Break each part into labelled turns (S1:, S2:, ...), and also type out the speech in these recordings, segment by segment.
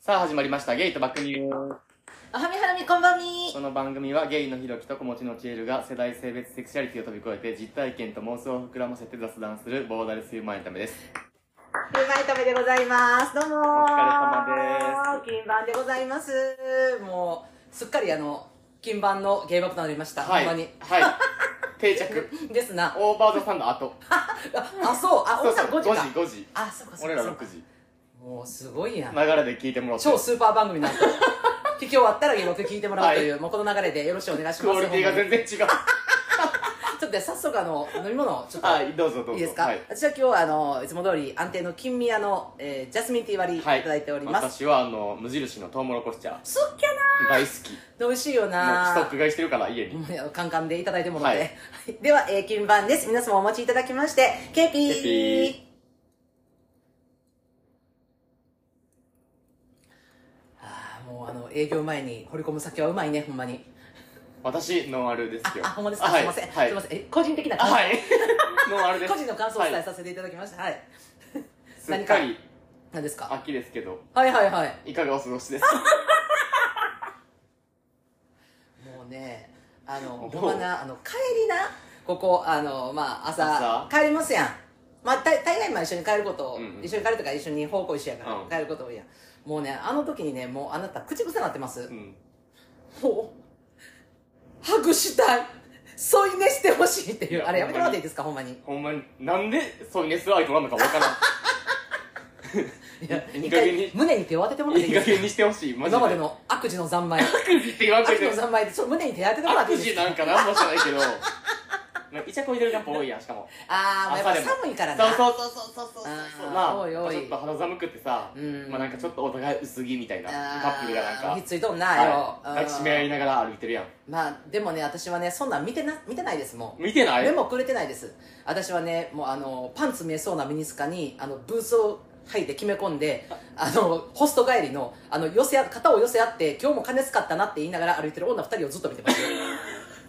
S1: さあ始まりました「ゲイと爆乳」
S2: おはみはらみこんばんみ
S1: この番組はゲイのひろきと子持ちのチエルが世代性別セクシャリティを飛び越えて実体験と妄想を膨らませて雑談するボーダレスヒューマンエンタメです
S2: うまいためでございますどうもお
S1: 疲れ様
S2: です金番でございますもうすっかりあの金番のゲームアップとなりました、
S1: はい
S2: ほんまに
S1: はい定着
S2: ですな
S1: オーバーザさんの後
S2: ああそうあおさん5時か
S1: 5時5時
S2: あそうかそう
S1: 俺
S2: からそう
S1: 6
S2: か
S1: 時
S2: もうすごいやん
S1: 流れで聞いてもらって
S2: 超スーパー番組なんだ 聞き終わったらゲームアップ聞いてもらうという、もうこの流れでよろしくお願いします
S1: クオリティが
S2: ほんまに
S1: 全然違う
S2: ちょっとね早速あの飲み物をちょっと
S1: はいどうぞどうぞ
S2: いいですか、
S1: はい
S2: 私は今日はあのいつも通り安定の金宮の、えージャスミンティー割りいただいております、
S1: 私はあの無印のトウモロコシ茶
S2: 好きやな
S1: 大好きも
S2: ー美味しいよ
S1: うス
S2: な
S1: トック買いしてるから家に
S2: もうカンカンでいただいてもらって、
S1: は
S2: はいいでは、えー、金番です皆様お待ちいただきましてケーピー
S1: ケーピ
S2: あーもうあの営業前に掘り込む酒はうまいねほんまに
S1: 私ノンアルですよ
S2: あほんまですか、
S1: はい
S2: すいません、
S1: はい
S2: すいませんえ個人的な
S1: あ
S2: 感想、
S1: はいノンアルです
S2: 個人の感想を伝
S1: は
S2: え
S1: い
S2: させていただきましたはい、
S1: すっかり
S2: 何ですか
S1: 秋ですけど
S2: はいはいはい
S1: いかがお過ごしです
S2: もうねあの
S1: どう
S2: ほんまなあの帰りなここあのまあ朝帰りますやんまあ大大概まあ一緒に帰ることを、
S1: うんうん
S2: 一緒に帰るとか一緒に方向一緒やから、
S1: うん
S2: 帰ること多いやんもうねあの時にねもうあなた口癖なってま
S1: う
S2: す、
S1: ん
S2: もうハグしたい添い寝してほしいってい
S1: いうや
S2: あれやめてもらっていいですかほんまに
S1: ほんまになんでそういうネスライトなのかわからん
S2: いや
S1: いい
S2: 一
S1: 加減に
S2: 回胸に手を当ててもらって
S1: い
S2: いい
S1: い
S2: で
S1: 加
S2: すか
S1: 減にしてほしいマジで
S2: 今までの悪事の三昧
S1: 悪事って言わんとい
S2: 悪事
S1: て
S2: の三昧でちょっと胸に手当ててもらってい
S1: 悪
S2: いです
S1: 事
S2: か
S1: なんかなんもしてないけどなんかイチャコいてるキャンプ多いやんしかも
S2: ああやっぱ
S1: 朝でも
S2: 寒いからな
S1: そうそうそうそうそうそう
S2: あー
S1: そうまあ
S2: おいおい
S1: ちょっと肌寒くてさ
S2: うん
S1: まあなんかちょっとお互い薄着みたいな
S2: あー
S1: カップルがなんか
S2: ひっついとんなよ
S1: は、
S2: うん
S1: い抱きしめ合いながら歩いてるやん
S2: まあでもね私はねそんなん見てな見てないですもん
S1: 見てない
S2: 目もくれてないです私はねもうあのパンツ見えそうなミニスカにあのブーツを履いて決め込ん であのホスト帰りのあの寄せ合肩を寄せ合って今日も金使ったなって言いながら歩いてる女2人をずっと見 てましたよ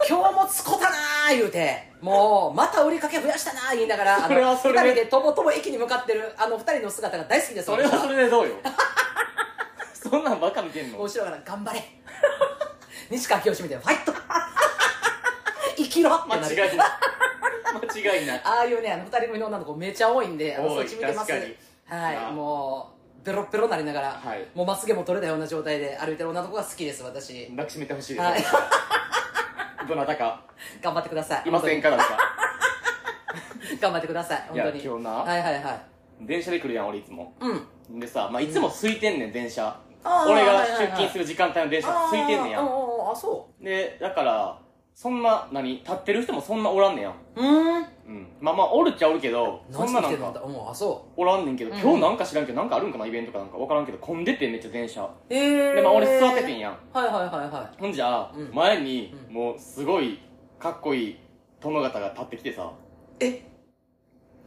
S2: 今日はもうつこたなー言うてもうまた売りかけ増やしたなー言いながらあ
S1: それは
S2: の
S1: それで
S2: 2人でともとも駅に向かってるあの2人の姿が大好きです
S1: それはそれで どうよそんなんバカ見てんの
S2: 後ろから頑張れ西川きよしみたいなファイト生きろっ て
S1: 間
S2: な
S1: 違
S2: る
S1: いない間違いない
S2: ああいうねあの二人組の女の子めちゃ多いんであの
S1: 多
S2: そ
S1: い
S2: っち見てます
S1: 確かにな
S2: は
S1: あ
S2: いもうベロッベロなりながら、
S1: はい
S2: もうまつげも取れたような状態で歩いてる女の子が好きです私
S1: 抱きしめてほしいです、
S2: はい
S1: どなたか
S2: 頑張ってください
S1: いません
S2: か
S1: かなんか
S2: 頑張ってください
S1: い
S2: 本
S1: や
S2: 当
S1: 今
S2: に
S1: 日な、
S2: はいはいはい
S1: 電車で来るやん俺いつも
S2: うん
S1: でさ、まあ、いつも空いてんねん電車
S2: あー
S1: 俺が
S2: はいはいは
S1: 出
S2: い
S1: 勤する時間帯の電車空いてんねんや
S2: あー
S1: ん
S2: あーあーそ
S1: でだからそんな何立ってる人もそんなおらんねやん
S2: ううーん
S1: うんまあまあおるっちゃおるけどそんなな
S2: 何着
S1: ん
S2: てるん
S1: か
S2: だうんあそ
S1: おらんねんけど、
S2: うん
S1: 今日なんか知らんけどなんかあるんかなイベントかなんか分からんけど混んでてめっちゃ電車
S2: うええ
S1: でまあ俺座っててんや
S2: や
S1: ん
S2: はいはいはいは
S1: ほんじゃ、
S2: うん
S1: 前に
S2: うん
S1: もうすごいかっこいい殿方が立ってきてさ
S2: いえ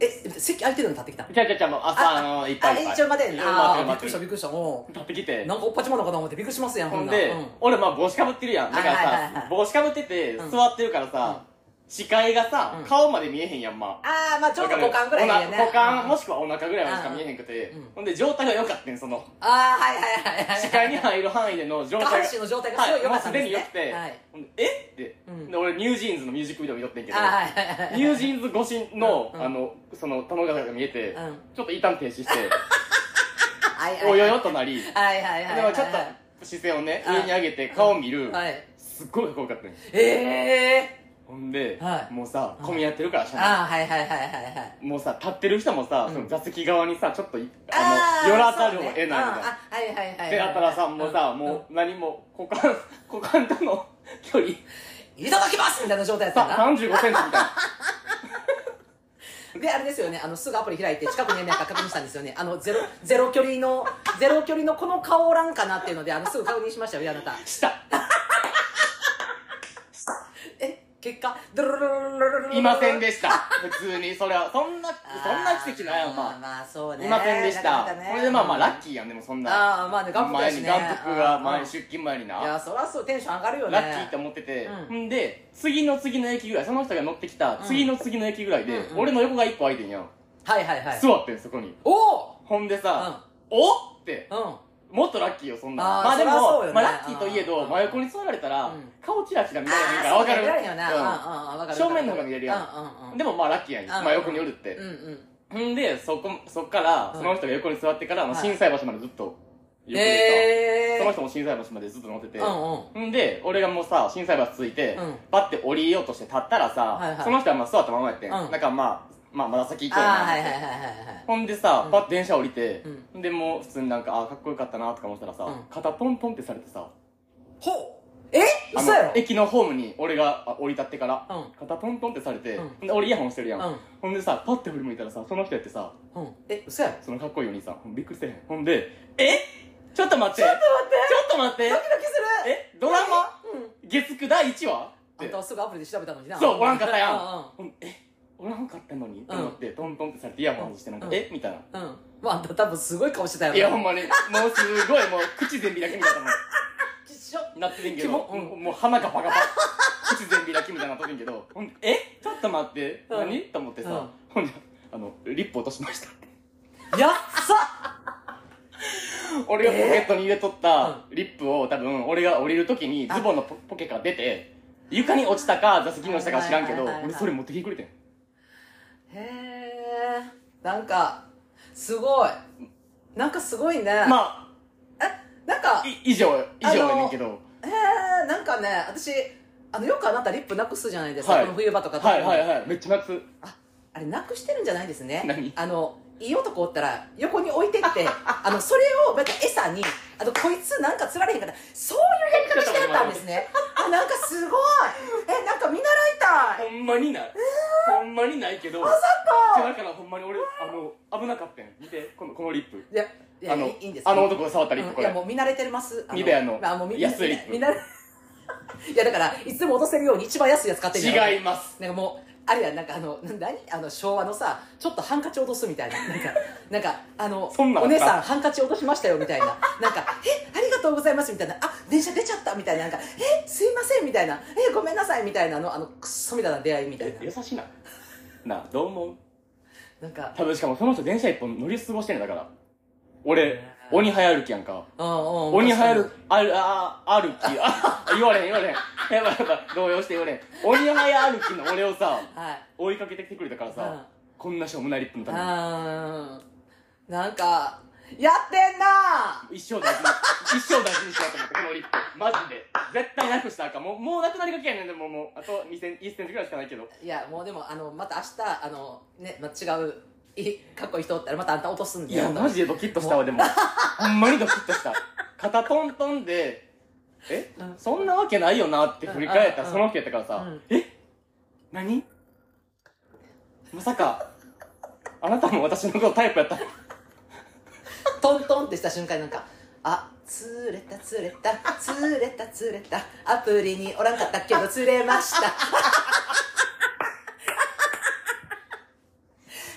S2: え席空いてるの立ってきた
S1: ちゃうちゃうちゃうもう朝あのいっぱ
S2: あ、
S1: いいっぱい
S2: 一応待て。
S1: 待ってる
S2: あーびっ
S1: 待
S2: く
S1: っ
S2: りしてた、
S1: る
S2: びっくりした。も
S1: 立ってきて
S2: うなんかおっぱちまのかと思ってびっくりしますやん、
S1: ほん
S2: なら
S1: で、
S2: うん
S1: 俺まあ帽子かぶってるやんだからさ、
S2: はいはいはいはい
S1: 帽子かぶってて
S2: うん
S1: 座ってるからさ、視界がさ、
S2: うん
S1: 顔まで見えへんやんまあ
S2: ああ、まあちょうど股間ぐらいだよね。
S1: 股間も
S2: し
S1: しくはお腹ぐらいまでしか見えへんくて、
S2: うん
S1: ほんで状態が良かったんその
S2: ああ、はいはいはいはい。
S1: 視界に入る範囲での状
S2: 下
S1: 態
S2: 半
S1: が
S2: 身の状態がす
S1: は
S2: ご
S1: い
S2: い
S1: も
S2: 良
S1: う
S2: かった
S1: す
S2: んで
S1: で
S2: す
S1: に
S2: ね。
S1: 良くて、
S2: はい。
S1: ほんでえって、
S2: うん
S1: で俺ニュージーンズのミュージックビデオ見とってんけど、
S2: あーはいはいはい。
S1: ニュージーンズ越しの、
S2: うん
S1: あのその玉川が見えて、
S2: うん。 はい
S1: ちょっと一旦停止して
S2: はいはい。
S1: およよとなり
S2: はいはいはい。
S1: でもちょっ
S2: はい
S1: と視線をね
S2: はい
S1: 上に上げて顔を見る、
S2: はい。
S1: すっごいかっこよかったね
S2: ええ。
S1: ほんで、
S2: はい
S1: もうさ
S2: うん
S1: 混み合ってるから車内
S2: ああ、はいはいはいはいはい。
S1: もうさ立ってる人もさ、
S2: うん
S1: その座席側にさちょっとい
S2: あ
S1: あ
S2: ー
S1: の寄らざるを
S2: そうね
S1: 得ないみたいな、
S2: うんあ、はいはいはいはい。
S1: であたらさんもさ、
S2: ん
S1: もう何も股間 股間との距 離
S2: うんいただきますみたいな状態やった
S1: さ
S2: な。
S1: 3 5センチみたいな
S2: であれですよねあのすぐアプリ開いて近くにいないか確認したんですよね あのゼロゼロ距離のゼロ距離のこの顔おらんかなっていうのであのすぐ確認しましたよねあなた
S1: した
S2: え結果ドロロロロロロ
S1: いませんでした普通にそれはそんなそんな奇跡ないよ
S2: まあ
S1: ま
S2: まあそう
S1: あ
S2: ね
S1: いませんでし
S2: な
S1: た
S2: か
S1: こ
S2: なかね
S1: れでまあまあラッキーやんでもそんな
S2: ああまあね眼福だ
S1: 前
S2: し
S1: に
S2: ね
S1: 眼福が前
S2: う
S1: に
S2: ん
S1: 出勤前に
S2: いや
S1: な
S2: そらそうテンション上がるよね
S1: ラッキーって思ってて
S2: うん
S1: ほんで次の次の駅ぐらいその人が乗ってきた次の次の駅ぐらいで
S2: うんうん
S1: 俺の横が1個空いてんやん
S2: はいはいはい
S1: 座ってんそこに
S2: おお
S1: ほんで
S2: うん
S1: さおって
S2: うん
S1: もっとラッキーよそんな
S2: あー
S1: まあでも
S2: そりゃそうよね
S1: まあ、ラッキーといえ
S2: う
S1: ど
S2: ん
S1: 真横に座られたら、
S2: うん
S1: 顔チラチラ見られるから
S2: あ
S1: わ
S2: あ
S1: かる
S2: 見られへんよな、
S1: うん
S2: うんうんうんわかる
S1: 正面の方が見れるやん
S2: うんうんうん
S1: でもまあラッキーやん、
S2: うん
S1: 真横におるって
S2: うんうん
S1: んでそこそっから
S2: うん
S1: その人が横に座ってから、あの
S2: はい
S1: 心斎橋までずっと横にいた、
S2: え
S1: その
S2: ー
S1: 人も心斎橋までずっと乗ってて、
S2: うんうん
S1: んで俺がもうさ心斎橋着いて、
S2: うん
S1: パッて降りようとして立ったらさ、
S2: はいはい
S1: その人はまあ座ったままやってん、
S2: うん
S1: だからまあ、まあ、まだ先行こう
S2: あ
S1: な
S2: あはいはいはいはい
S1: ほんでさ、
S2: うん
S1: パッて電車降りて、でもう普通になんかあーかっこよかったなとか思ったらさ、
S2: うん
S1: 肩ポンポンってされてさ
S2: ほうえ
S1: あ
S2: 嘘やろ
S1: の駅のホームに俺があ降り立ってから、
S2: うん
S1: 肩ポンポンってされて、
S2: うん
S1: ほんで俺イヤホンしてるやん、
S2: うん
S1: ほんでさパッて振り向いたらさその人やってさ
S2: うんえ嘘やろ
S1: そのかっこいいお兄さんほんびっくりしてへんほんでえちょっと待ってちょっと待って
S2: ドキドキする
S1: えドラマ
S2: うん
S1: 月9第1話
S2: あんたはすぐアプリで調べたのにな
S1: そうおらんかったやん
S2: うんうん
S1: ほんえおらんかったのに、と思ってトントンってされてイヤホン外してなんか、
S2: うん
S1: えみたいな
S2: うんまああんた多分すごい顔してたよ
S1: いやほんまにもうすごいもう口全開きみたいな
S2: きっしょ
S1: なっててんけ
S2: キ
S1: ど、
S2: モう
S1: うんもう鼻がバカバカ口全開きみたいになっとってんけどほんでえちょっと待って、
S2: うん
S1: 何と思ってさ、
S2: うん
S1: ほんじゃあのリップ落としました
S2: やっさ
S1: 俺がポケットに入れとった
S2: え
S1: リップを多分俺が降りるときにズボンのポポケから出て床に落ちたか座席に落ちたか知らんけど
S2: はいはいはいはい
S1: 俺それ持ってきてくれてん
S2: へえんかすごいなんかすごいねあ
S1: ま
S2: なんか
S1: あい以上以上やねんけど、
S2: へえなんかね私あのよくあなたリップなくすじゃないですか、
S1: はい
S2: この冬場とか特に
S1: はいはいはいめっちゃ夏
S2: あれなくしてるんじゃないですね
S1: 何
S2: あのいい男おったら横に置いて ってあのそれをなんか餌にあのこいつなんか釣られへんからそういうやり方してあったんで すねあなんかすごいえなんか見習いたい
S1: ほんまにないほんまにないけどまさかだからほんまに俺あの危なかったん見てこのこのリップ
S2: いやいや
S1: あの
S2: いいいんです
S1: あの男が触ったリッ
S2: う
S1: プ
S2: ん
S1: こ
S2: い
S1: れ
S2: やもう見慣れてますあ
S1: ニベアの
S2: あもう見
S1: 安いリップ
S2: 見慣れ いやだからいつでも落とせるように一番安いやつ買ってんじゃん
S1: 違います
S2: なんかもうあれやなんかあのな何あの昭和のさちょっとハンカチ落とすみたいななんかなんかあの
S1: そんなんあ
S2: お
S1: った
S2: 姉さんハンカチ落としましたよみたいななんか「えありがとうございます」みたいな「あ電車出ちゃった」みたいななんか「えすいません」みたいな「えごめんなさい」みたいなのあのクソみたいな出会いみたい
S1: え
S2: な
S1: 優しいななあどう思う
S2: なんか
S1: 多分しかもその人電車一本乗り過ごしてんねんだから俺鬼早歩きやんか
S2: うんうん
S1: 鬼早
S2: 確
S1: 歩
S2: か
S1: きあるああ歩きあ 言われへん言われへんやばいやばい動揺して言われへん鬼早歩きの俺をさ
S2: にはい
S1: 追いかけてきてくれたから
S2: う
S1: さ
S2: ん
S1: こんなしょうもないリップのために
S2: あーなんかやってんな
S1: 一生大事に一生大事にしようと思ってこのリップマジで絶対なくしたらあかんもうもうなくなりかけやねんでもうもうあと2セン1センチぐらいしかないけど
S2: いやもうでもあのまた明日あのね、まあ、違ういいかっこいい人おったらまたあんた落とすん
S1: い
S2: で
S1: やマジでドキッとしたわでもほんまにドキッとした肩トントンでえ
S2: うん
S1: そんなわけないよなって振り返った
S2: うん
S1: その人やったからさ
S2: うん
S1: え何まさかあなたも私のことタイプやった
S2: トントンってした瞬間になんか「あ釣れた釣れた釣れた釣れたアプリにおらんかったけど釣れました」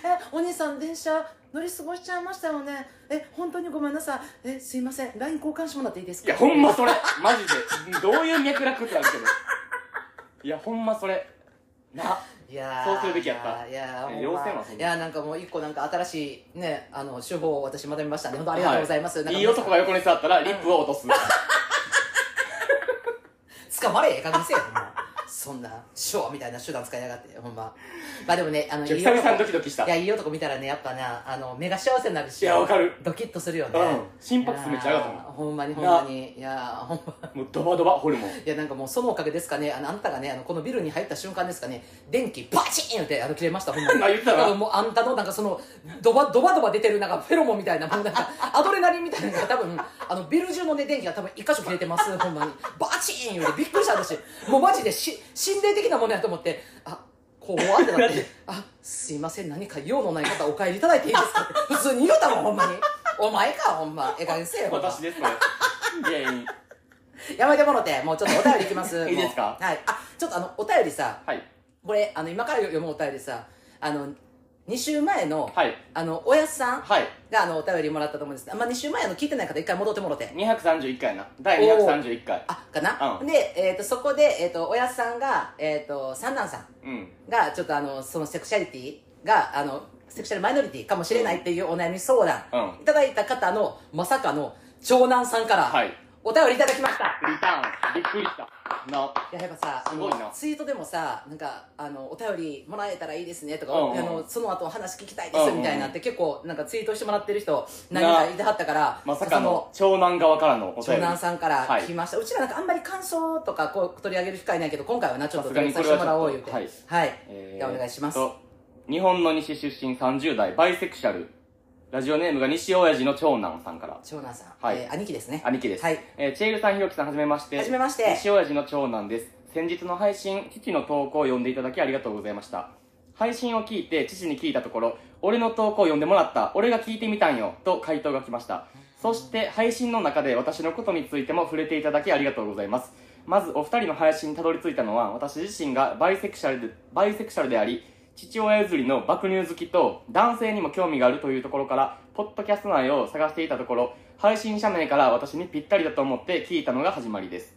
S2: え「お兄さん電車乗り過ごしちゃいましたよねえ本当にごめんなさいえすいません LINE 交換してもらっていいです
S1: い
S2: か?」
S1: やほんまそれマジでどういう脈絡ってあるけどいやほんまそれない
S2: や
S1: そ
S2: ー
S1: うするべきやった
S2: いや
S1: え
S2: ーほんま
S1: 要請はそんない
S2: やーなんかもう一個なんか新しいねあの手法を私まとめましたね本当ありがとうございます、
S1: は
S2: なん
S1: い、
S2: か
S1: いい男が横に座ったらリップを落とす、
S2: 捕まれええ加減せえよほんまそんなショーみたいな手段使いやがってほんままあでもねあのい
S1: 久
S2: い男
S1: 々にドキドキした
S2: いやいい男見たらねやっぱなあの目が幸せになるし
S1: いやわかる
S2: ドキッとするよね、
S1: うん心拍数めっちゃ上が
S2: い
S1: っ
S2: や
S1: た
S2: ーほんまにほんまにいやーほんま
S1: もんもうドバドバホルモン
S2: いやなんかもうそのおかげですかねあのあんたがねあのこのビルに入った瞬間ですかね電気バチーンってあの切れましたほんま に
S1: あ言ってたな
S2: 多分もうあんたのなんかそのドバドバドバ出てるなんかフェロモンみたいなもうなんか アドレナリンみたいなのが多分あのビル中のね電気が多分一箇所切れ てますほんまにバチーン言うてびっくりした私もうマジでし心霊的なものやと思ってあこうってなってあすいません何か用のない方お帰りいただいていいですか って普通に言うたもんほんまにお前かほんまええ加減せえよほんま
S1: 私ですねい やいい
S2: やめてもろて、もうちょっとお便りいきま
S1: 。
S2: す
S1: いいですか
S2: もうはい。あ、ちょっとあの、お便りさ、
S1: はい
S2: これ、あの、今から読むお便りさ、あの、2週前の、
S1: はい
S2: あの、おやすさん
S1: はい
S2: が、あの、お便りもらったと思うんです。まあ、2週前の聞いてない方、一回戻ってもろて。
S1: 231回な第231回
S2: あ、かな、
S1: うん
S2: で、えっ、と、そこで、えっ、と、おやすさんが、えっ、と、三男さん
S1: うん
S2: が、ちょっとあの、そのセクシャリティが、あの、セクシャルマイノリティかもしれないっていうお悩み相談、
S1: うん
S2: いただいた方の、まさかの、長男さんから、
S1: はい
S2: お便りいただきました
S1: リターンびっくりしたない
S2: ややっぱさあの
S1: すごいな
S2: ツイートでもさなんかあのお便りもらえたらいいですねとか、
S1: うんうん
S2: あのその後お話聞きたいですみたいなって、結構なんかツイートしてもらってる人
S1: な
S2: 何人かいてはったから
S1: まさかの長男側からのお
S2: その
S1: 便り
S2: 長男さんから
S1: はい
S2: 来ました、うちらなんかあんまり感想とかこう取り上げる機会ないけど今回はなちょっと
S1: さすが
S2: 取
S1: に
S2: り上げさせてもらおう
S1: こ
S2: 言う
S1: れは
S2: て
S1: ちょっと
S2: はい、じゃあお願いします
S1: と日本の西出身30代バイセクシャルラジオネームが西親父の長男さんから
S2: 長男さん、
S1: はい
S2: えー兄貴ですね
S1: 兄貴です、
S2: はい
S1: えーチェールさんひろきさんはじめまして
S2: はじめまして
S1: 西親父の長男です先日の配信父の投稿を読んでいただきありがとうございました配信を聞いて父に聞いたところ俺の投稿を読んでもらった俺が聞いてみたんよと回答が来ましたそして配信の中で私のことについても触れていただきありがとうございますまずお二人の配信にたどり着いたのは私自身がバイセクシャルでバイセクシャルであり父親譲りの爆乳好きと男性にも興味があるというところからポッドキャスト内を探していたところ配信者名から私にぴったりだと思って聞いたのが始まりです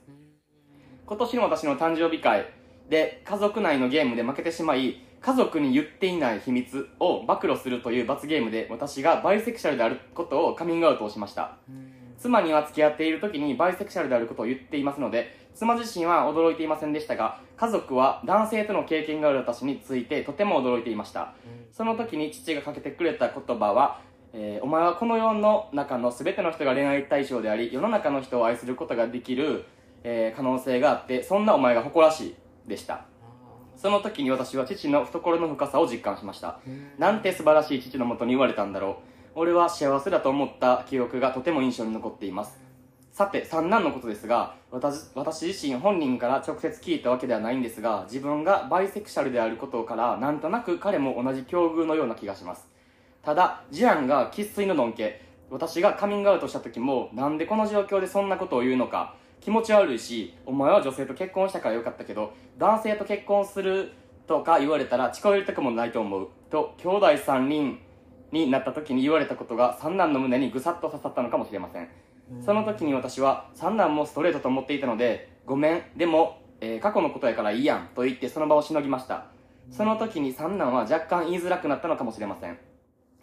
S1: 今年の私の誕生日会で家族内のゲームで負けてしまい家族に言っていない秘密を暴露するという罰ゲームで私がバイセクシャルであることをカミングアウトをしました妻には付き合っている時にバイセクシャルであることを言っていますので妻自身は驚いていませんでしたが家族は男性との経験がある私についてとても驚いていましたその時に父がかけてくれた言葉は、えーお前はこの世の中の全ての人が恋愛対象であり世の中の人を愛することができる、えー可能性があってそんなお前が誇らしいでしたその時に私は父の懐の深さを実感しましたなんて素晴らしい父のもとに生まれたんだろう俺は幸せだと思った記憶がとても印象に残っていますさて三男のことですが私私自身本人から直接聞いたわけではないんですが自分がバイセクシャルであることからなんとなく彼も同じ境遇のような気がしますただ次男が生粋ののんけ私がカミングアウトした時もなんでこの状況でそんなことを言うのか気持ち悪いしお前は女性と結婚したからよかったけど男性と結婚するとか言われたら近寄りたくもないと思うと兄弟3人になった時に言われたことが三男の胸にぐさっと刺さったのかもしれませんその時に私は三男もストレートと思っていたのでごめんでも、えー過去のことやからいいやんと言ってその場をしのぎましたその時に三男は若干言いづらくなったのかもしれません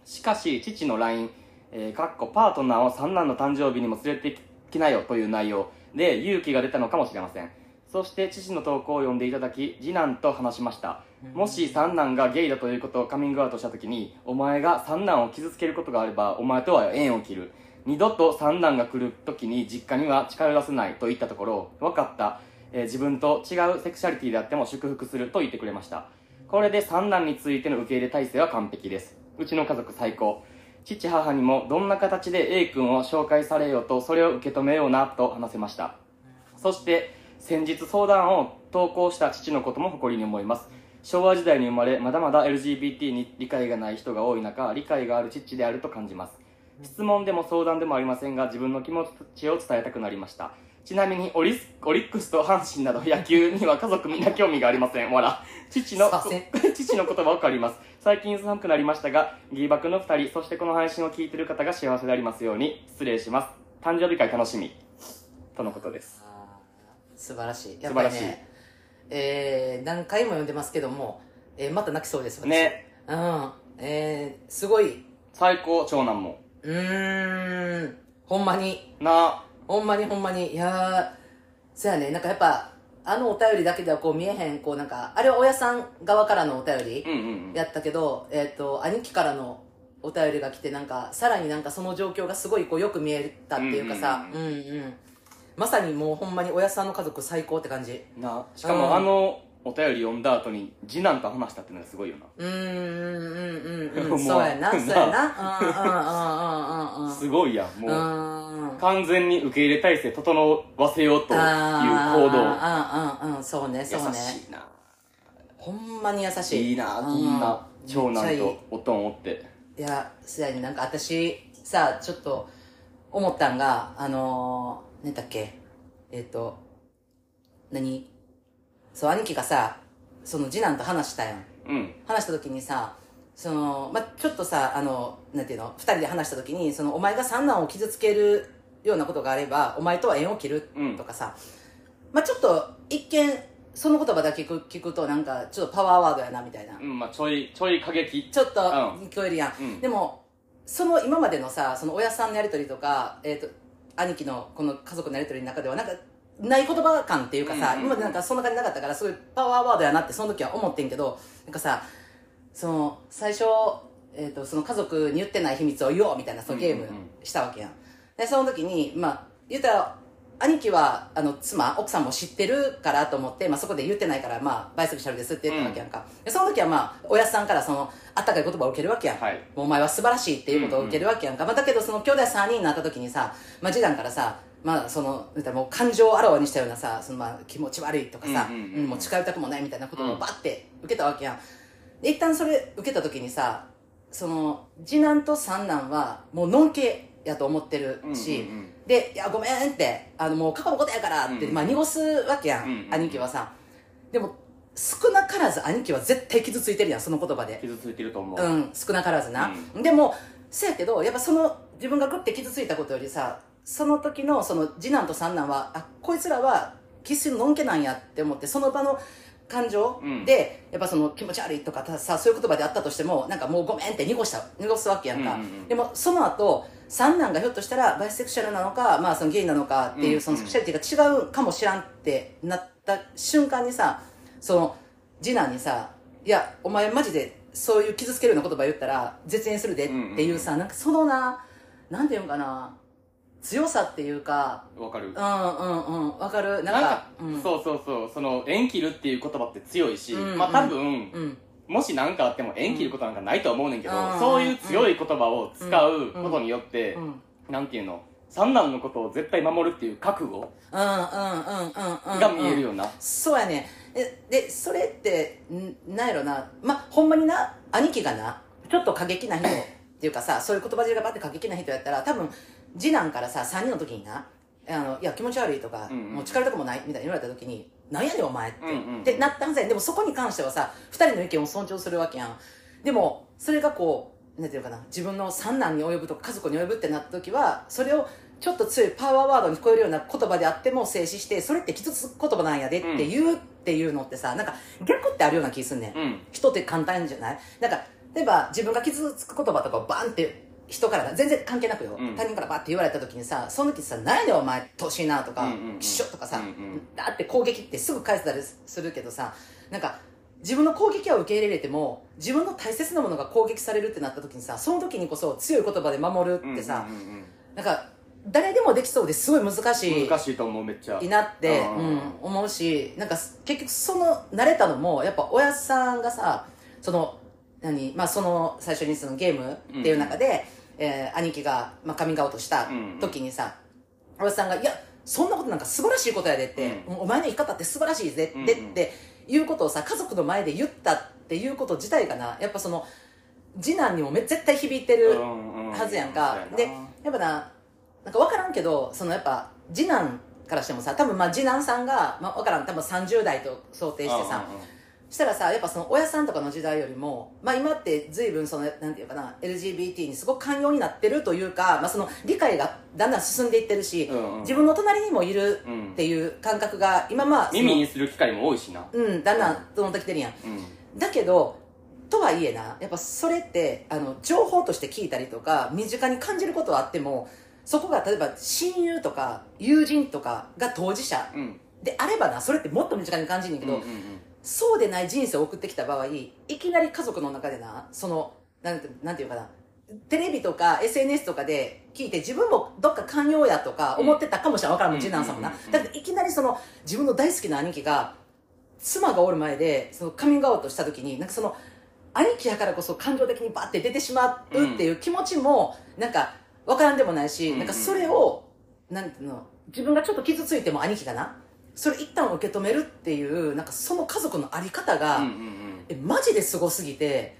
S1: しかし父の LINE、えーかっこパートナーを三男の誕生日にも連れてきなよという内容で勇気が出たのかもしれませんそして父の投稿を読んでいただき次男と話しましたもし三男がゲイだということをカミングアウトした時にお前が三男を傷つけることがあればお前とは縁を切る二度と三男が来る時に実家には近寄らせないと言ったところ分かった、えー自分と違うセクシャリティであっても祝福すると言ってくれましたこれで三男についての受け入れ体制は完璧ですうちの家族最高父母にもどんな形で A 君を紹介されようとそれを受け止めようなと話せましたそして先日相談を投稿した父のことも誇りに思います昭和時代に生まれまだまだ LGBT に理解がない人が多い中理解がある父であると感じます質問でも相談でもありませんが自分の気持ちを伝えたくなりましたちなみにオリスオリックスと阪神など野球には家族みんな興味がありませんわら父の
S2: すいません
S1: 父の言葉を借ります最近寒くなりましたがギーバクの2人そしてこの配信を聞いてる方が幸せでありますように失礼します誕生日会楽しみとのことです
S2: あー素晴らしいやっぱり
S1: 素晴らしい
S2: ね、えー何回も読んでますけども、えーまた泣きそうです私
S1: ね
S2: うんえーすごい
S1: 最高長男も
S2: うーんほんまに
S1: な
S2: ほんまにほんまにいやーそやねなんかやっぱあのお便りだけではこう見えへんこうなんかあれは親さん側からのお便り
S1: うんうんうん
S2: やったけど、えっと兄貴からのお便りが来てなんかさらになんかその状況がすごいこうよく見えたっていうかさ、
S1: う
S2: うんうんまさにもうほんまに親さんの家族最高って感じ
S1: なしか
S2: う
S1: も
S2: ん
S1: あのお便り読んだ後に次男と話したってのがすごいよな、
S2: うんうんうんうんう
S1: もうん
S2: そうやなそうやなうんうんうんうんうんうん
S1: すごいやんもう、
S2: うんうん
S1: 完全に受け入れ体制整わせようという行
S2: あ
S1: 動
S2: ーうんうんうんそうねそう
S1: 優
S2: ね
S1: しいな
S2: ほんまに優しい
S1: いいな
S2: うん
S1: こんな長
S2: めっちゃ
S1: 男
S2: いい
S1: とおとんおって
S2: いや、すでになんか私、さ、ちょっと、思ったんが、あのー、何だっけ、えっ、と、何そう、兄貴がさ、その次男と話したやん。
S1: うん
S2: 話した時にさ、その、ま、ちょっとさ、あの、なんていうの、二人で話した時に、その、お前が三男を傷つけるようなことがあれば、お前とは縁を切る
S1: うん
S2: とかさ、ま、ちょっと、一見、その言葉だけ聞く聞くと、なんか、ちょっとパワーワードやな、みたいな
S1: う。んまあちょいちょい過激
S2: ちょっと
S1: うん
S2: 聞こえるやん、
S1: うん
S2: でもその今までのさその親さんのやり取りとか、えー、と兄貴のこの家族のやり取りの中ではなんかない言葉感っていうかさ、
S1: うんうんうん
S2: 今までなんかそんな感じなかったからすごいパワーワードやなってその時は思ってんけどなんかさその最初、えー、とその家族に言ってない秘密を言おうみたいなそのゲーム
S1: うんうんうん
S2: したわけやん,、でその時にまあ言うたら兄貴はあの妻奥さんも知ってるからと思って、まあ、そこで言ってないから、まあ、バイセクシャルですって言ったわけやんか、でその時はまあ親さんからそのあったかい言葉を受けるわけやん、
S1: はい
S2: もうお前は素晴らしいっていうことを受けるわけやんか、まあ、だけどその兄弟3人になった時にさ、まあ、次男からさまあその言うたらもう感情をあらわにしたようなさそのまあ気持ち悪いとかさ、
S1: うんうんうん
S2: うんもう近寄りたくもないみたいなことをバッて受けたわけやん、で一旦それ受けた時にさその次男と三男はもうのんけやと思ってる
S1: う
S2: し、
S1: んうんうん
S2: で「いやごめん」って「あのもう過去のことやから」って、
S1: うんうん
S2: まあ、濁すわけやん、
S1: うんうん
S2: 兄貴はさでも少なからず兄貴は絶対傷ついてるやんその言葉で
S1: 傷ついてると思う、
S2: うん少なからずな、でもせやけどやっぱその自分がグッて傷ついたことよりさその時のその次男と三男はあこいつらは生粋ののんけなんやって思ってその場の感情
S1: うん
S2: で、やっぱその気持ち悪いとかたさそういう言葉であったとしてもなんかもうごめんって濁した濁すわけやんか、
S1: うんうんうん
S2: でもその後三男がひょっとしたらバイセクシャルなのか、まあ、そのゲイなのかっ
S1: う
S2: て
S1: ん
S2: いううんそのセクシャリティが違うかもしらんってなった瞬間にさその次男にさ「いやお前マジでそういう傷つけるような言葉言ったら絶縁するで」っていうさ、なんかそのななんていうんかな強さっていうか
S1: わかる、
S2: うんうんうんわかるなんか
S1: なんか、
S2: うん、
S1: そうそうそうその縁切るっていう言葉って強いし、
S2: うん
S1: まあ多分、
S2: うん
S1: もし何かあっても縁切ることなんかないとは思うねんけど、
S2: うん
S1: そういう強い言葉を使うことによって、
S2: うんうん
S1: なんていうの三男のことを絶対守るっていう覚悟
S2: うんうんうんうん
S1: が見えるような、
S2: そうやねえでそれってんなんやろなまあほんまにな兄貴がなちょっと過激な人っていうかさそういう言葉尻がバって過激な人やったら多分次男からさ3人の時にな「あのいや気持ち悪い」とか、
S1: うんうん
S2: もう力とかもない」みたいに言われた時に「なんやねんお前」って、
S1: うんうん
S2: ってなったはずやんでもそこに関してはさ2人の意見を尊重するわけやんでもそれがこうなんていうのかな自分の三男に及ぶとか家族に及ぶってなった時はそれをちょっと強いパワーワードに聞こえるような言葉であっても静止してそれって傷つく言葉なんやでって言うっていうのってさなんか逆ってあるような気すんねん
S1: うん
S2: 人って簡単じゃないなんか例えば自分が傷つく言葉とかをバンって人から全然関係なくよ、
S1: うん
S2: 他人からバって言われた時にさその時さ「何やねんお前年いな」とか
S1: うんうんうん
S2: 「きっしょ」とかさ、
S1: うんうん
S2: だって攻撃ってすぐ返せたりするけどさなんか自分の攻撃は受け入れれても自分の大切なものが攻撃されるってなった時にさその時にこそ強い言葉で守るってさ、
S1: うんうん
S2: なんか誰でもできそうですごい難し
S1: うん
S2: い
S1: 難しいと思うめっちゃ
S2: いなって、
S1: う
S2: うんん、思うしなんかす結局その慣れたのもやっぱ親さんがさその何まあその最初にそのゲームっていう中で、えー兄貴が、まあ、カミングアウトした時にさ、親さんが「いやそんなことなんか素晴らしいことやで」って、お前の生き方って素晴らしいぜ」
S1: うんうん
S2: でっていうことをさ家族の前で言ったっていうこと自体がなやっぱその次男にもめ絶対響いてる。はずやんか、でやっぱななんか分からんけどそのやっぱ次男からしてもさ多分まあ次男さんが、まあ、分からん多分30代と想定してさしたらさやっぱその親さんとかの時代よりも、まあ、今って随分そのなんていうかな LGBT にすごく寛容になってるというか、まあ、その理解がだんだん進んでいってるし、自分の隣にもいる
S1: 分
S2: っていう感覚が今まあその
S1: 耳にする機会も多いしな
S2: うんだんだんどんどんきてるやん
S1: うん
S2: だけどとはいえなやっぱそれってあの情報として聞いたりとか身近に感じることはあってもそこが例えば親友とか友人とかが当事者
S1: うん
S2: であればなそれってもっと身近に感じるんだけど、
S1: うんうんうん
S2: そうでない人生を送ってきた場合いきなり家族の中でなそのなんてなんていうかなテレビとか SNS とかで聞いて自分もどっか寛容やとか思ってたかもしれんわからんも
S1: う
S2: ん
S1: ん
S2: 次男さんもな
S1: うんうんうん
S2: だけどいきなりその自分の大好きな兄貴が妻がおる前でそのカミングアウトした時になんかその兄貴やからこそ感情的にバッて出てしまうっていう気持ちもなんかわからんでもないし、
S1: うんうん
S2: なんかそれをなんていうの自分がちょっと傷ついても兄貴がなそれ一旦受け止めるっていうなんかその家族のあり方が、
S1: うんうん
S2: えマジですごすぎて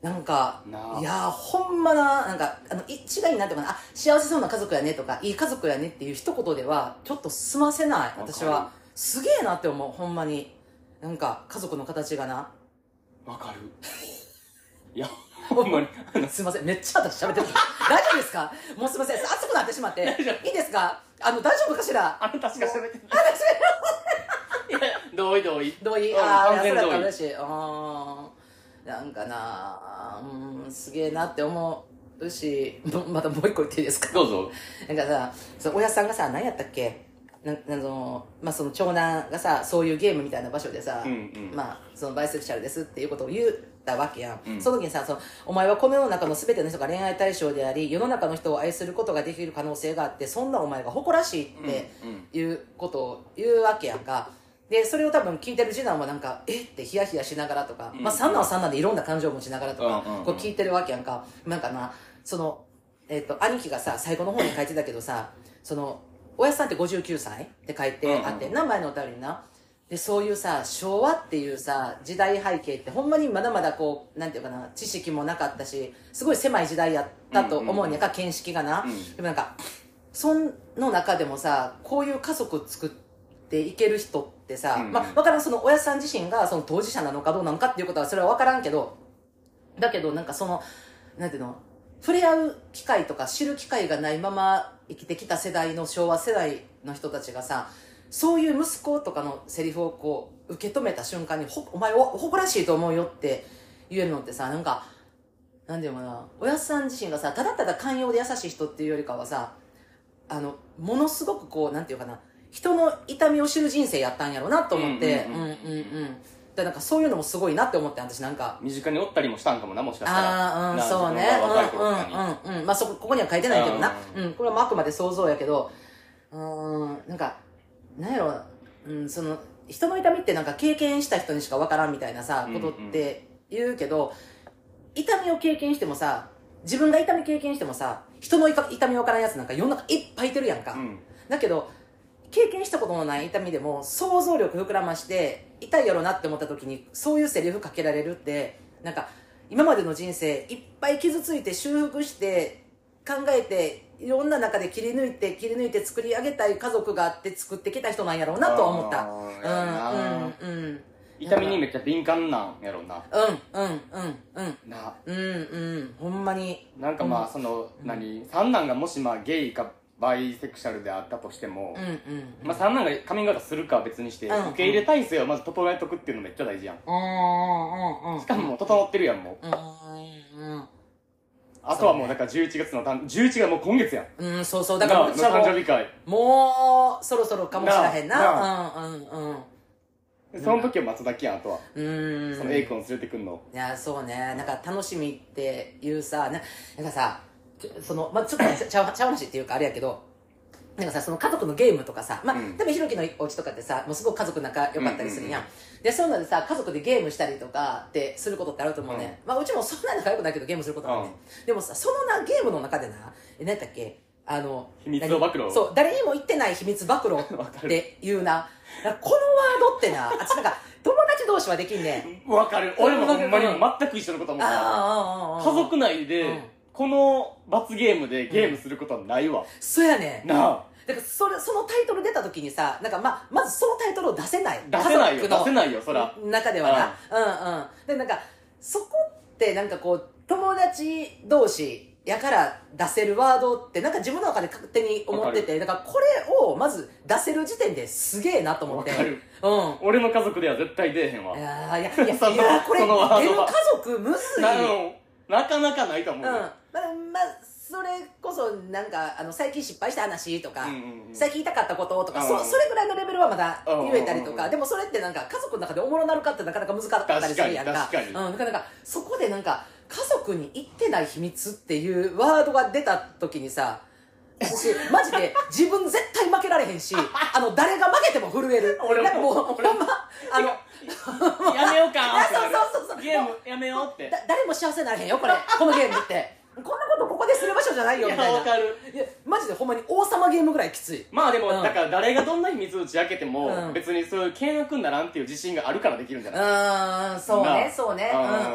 S2: なんか
S1: うんなあ
S2: いやーほんまななんかあの一概になんていうかなあ幸せそうな家族やねとかいい家族やねっていう一言ではちょっと済ませない
S1: かる
S2: 私はすげえなって思うほんまになんか家族の形がな
S1: わかるいやほんまにあの
S2: すいませんめっちゃ私喋ってる大丈夫ですかもうすいません熱くなってしまっていいですかあの大丈夫かしら
S1: あなたしか喋ってない
S2: 私が
S1: いや同意同意
S2: 同意
S1: うん
S2: ああ
S1: 完
S2: そ
S1: 全
S2: れだっ
S1: 同
S2: た
S1: 意
S2: ら嬉しいうんなんかなあうんすげえなって思うしもまたもう一個言っていいですか
S1: どうぞ
S2: なんかさ、その親さんがさ、何やったっけなあの、まあ、その長男がさ、そういうゲームみたいな場所でさ、
S1: うんうん
S2: まあ、そのバイセクシャルですっていうことを言ったわけやん。
S1: うん
S2: その時にさその、お前はこの世の中の全ての人が恋愛対象であり、世の中の人を愛することができる可能性があって、そんなお前が誇らしいって
S1: うんうん
S2: いうことを言うわけやんか。で、それを多分聞いてる次男はなんか、えってヒヤヒヤしながらとか、
S1: うん
S2: まあ、三男は三男でいろんな感情を持ちながらとか、
S1: うんうんうん
S2: こう聞いてるわけやんか。なんかな、その、えっ、と、兄貴がさ、最後の方に書いてたけどさ、その、おやすさんって59歳って書いてあって、
S1: うんうん
S2: 何枚のお便りにな。で、そういうさ、昭和っていうさ、時代背景って、ほんまにまだまだこう、なんていうかな、知識もなかったし、すごい狭い時代やったと思うねんか、見識がな。
S1: うん
S2: でもなんか、その中でもさ、こういう家族作っていける人ってさ、
S1: うんうん
S2: まあ、わからん、その親さん自身がその当事者なのかどうなのかっていうことはそれはわからんけど、だけどなんかその、なんていうの、触れ合う機会とか知る機会がないまま生きてきた世代の昭和世代の人たちがさ、そういう息子とかのセリフをこう、受け止めた瞬間に、ほお前を誇らしいと思うよって言えるのってさ、なんか、なんていうのかな、おやっさん自身がさ、ただただ寛容で優しい人っていうよりかはさ、あの、ものすごくこう、なんていうかな、人の痛みを知る人生やったんやろうなと思って、
S1: う
S2: うんん
S1: う
S2: うん
S1: う
S2: んうんんうん。でなんかそういうのもすごいなって思って、私なんか、
S1: 身近におったりもしたんかもなもしかしたら
S2: ああーうん
S1: な
S2: そうね
S1: 自分が若い頃とかに
S2: うんうんうんうんまあそこここには書いてないけどな
S1: う
S2: うん、これはあくまで想像やけどうーんなんかなんやろうんその人の痛みってなんか経験した人にしかわからんみたいなさ
S1: うんう
S2: こ
S1: ん
S2: とって言うけど、痛みを経験してもさ自分が痛み経験してもさ人のいか痛みわからんやつなんか世の中いっぱいいてるやんか、
S1: うん
S2: だけど経験したことのない痛みでも想像力膨らまして痛いやろなって思った時にそういうセリフかけられるってなんか今までの人生いっぱい傷ついて修復して考えていろんな中で切り抜いて切り抜いて作り上げたい家族があって作ってきた人なんやろうなとは思った
S1: あーやな
S2: うんうんうん
S1: 痛みにめっちゃ敏感なんやろうな
S2: うんうんうんうん
S1: な
S2: うんうんほんまに
S1: なんかまあ
S2: うん
S1: その、何三男がもしまあゲイかバイセクシャルであったとしても、
S2: うんうん
S1: まあ、三男がカミングアウトするかは別にして、
S2: うん
S1: 受け入れ体制をまず整えとくっていうのめっちゃ大事やんし
S2: うんうんうん
S1: かも整ってるやんもう
S2: うんうん
S1: あとはもうだから11月の誕11月もう今月やん
S2: うんうんそうそうだから
S1: なあ
S2: 私はもう
S1: の誕生日会
S2: もうそろそろかもしれへんな
S1: な
S2: うんうんうん
S1: でその時は待つだけやんあとは、
S2: うーん
S1: その A 君を連れてくんの
S2: いやそうねなんか楽しみっていうさななんかさちょその、まあ、ちょっとちゃちゃ話っていうかあれやけどなんかさその家族のゲームとかさ、まあ
S1: うん
S2: 多分ひろきのお家とかってさもうすごく家族仲良かったりするやん,、でそういうのでさ家族でゲームしたりとかってすることってあると思うね、まあ、うちもそんなに仲良くないけどゲームすることもあるね、でもさそのなゲームの中でなえ何だっけあの
S1: 秘密の暴露
S2: 何そう誰にも言ってない秘密暴露っていう ななんかこのワードってなあちなんか友達同士はできんねん
S1: わかる俺もほんまに全く一緒のこと思った
S2: ああああああ
S1: 家族内で、
S2: うん
S1: この罰ゲームでゲームすることはないわ、
S2: そうやねんだか
S1: なあ
S2: らそれそのタイトル出た時にさなんか、まあ、まずそのタイトルを出せない
S1: 出せないよ出
S2: 家族
S1: せ
S2: の
S1: ないよそら
S2: 中ではなうんうんでなんかそこってなんかこう友達同士やから出せるワードってなんか自分の中で勝手に思っててだからこれをまず出せる時点ですげえなと思
S1: わ
S2: って
S1: かる
S2: うん
S1: 俺の家族では絶対出えへんわ
S2: いやーいやい や
S1: その
S2: いやーこれ
S1: そのワードは
S2: 出る家族むずい
S1: なのなかなかないと
S2: う
S1: 思
S2: ん
S1: うよ、
S2: まあまあそれこそなんかあの最近失敗した話とか、
S1: うんうんうん
S2: 最近痛かったこととか、
S1: うん
S2: そそれぐらいのレベルはまだ
S1: うん
S2: 言えたりと
S1: うんうんう
S2: か
S1: ん
S2: でもそれってなんか家族の中でおもろなるかってなかなか難しかったりするやんか
S1: 確かに確か
S2: うん、だからなんかそこでなんか家族に言ってない秘密っていうワードが出た時にさ 私マジで自分絶対負けられへんしあの誰が負けても震える
S1: 俺も
S2: なんかもう
S1: 俺も
S2: ほんまあの
S1: やめよう かってなる
S2: そうそうそうそう
S1: ゲームやめようって
S2: だ誰も幸せになれへんよこれこのゲームってこんなことここでする場所じゃないよ
S1: い
S2: み
S1: や
S2: たいな
S1: わかる
S2: いやマジでほんまに王様ゲームぐらいきつい
S1: まあでも、
S2: うん
S1: だから誰がどんなに水打ち明けても、
S2: うん
S1: 別にそういう険悪にならんっていう自信があるからできるんじゃ
S2: う
S1: ない、
S2: ーんそう
S1: なあ
S2: ねそうね
S1: う
S2: うんんうんうんうん